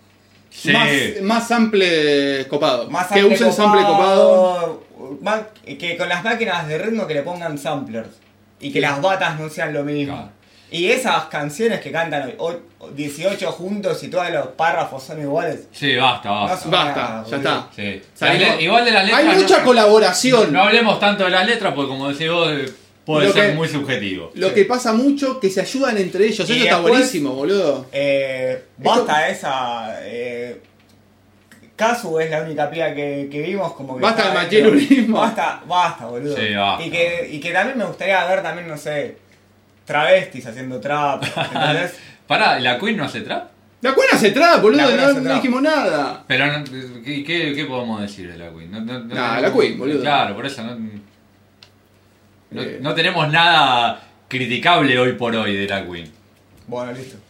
Sí.
Más, más sample copado.
Más
que usen sample copado.
más- que con las máquinas de ritmo que le pongan samplers. Y que las batas no sean lo mismo.
Claro.
Y esas canciones que cantan hoy, hoy, 18 juntos y todos los párrafos son iguales.
Sí, basta, basta.
No,
Basta, ya está.
Sí.
Salimos.
Las le- Igual de las letras.
Hay
no-
mucha colaboración.
No hablemos tanto de las letras, porque como decís vos, eh, puede
Lo
ser
que-
muy subjetivo.
Lo
Sí.
que pasa mucho, que se ayudan entre ellos.
Y
Eso está
después-
buenísimo, boludo.
Eh, basta de esa. Eh, Casu es la única piba que, que vimos como que.
Basta
está
del
dentro.
machirulismo.
Basta, basta, boludo.
Sí, basta.
Y, que, y que también me gustaría ver también, no sé, travestis haciendo trap. ¿Entendés?
Pará, ¿la Queen no hace trap?
La cuerda se
La
trap, boludo.
cuerda
No,
se
no
trap.
dijimos nada.
Pero, no- ¿qué, qué, qué podemos decir de la Queen? No, no- no
Nah,
tenemos-
la Queen, boludo.
Claro, por eso no. No-
Eh,
no tenemos nada criticable hoy por hoy de la Queen.
Bueno, listo.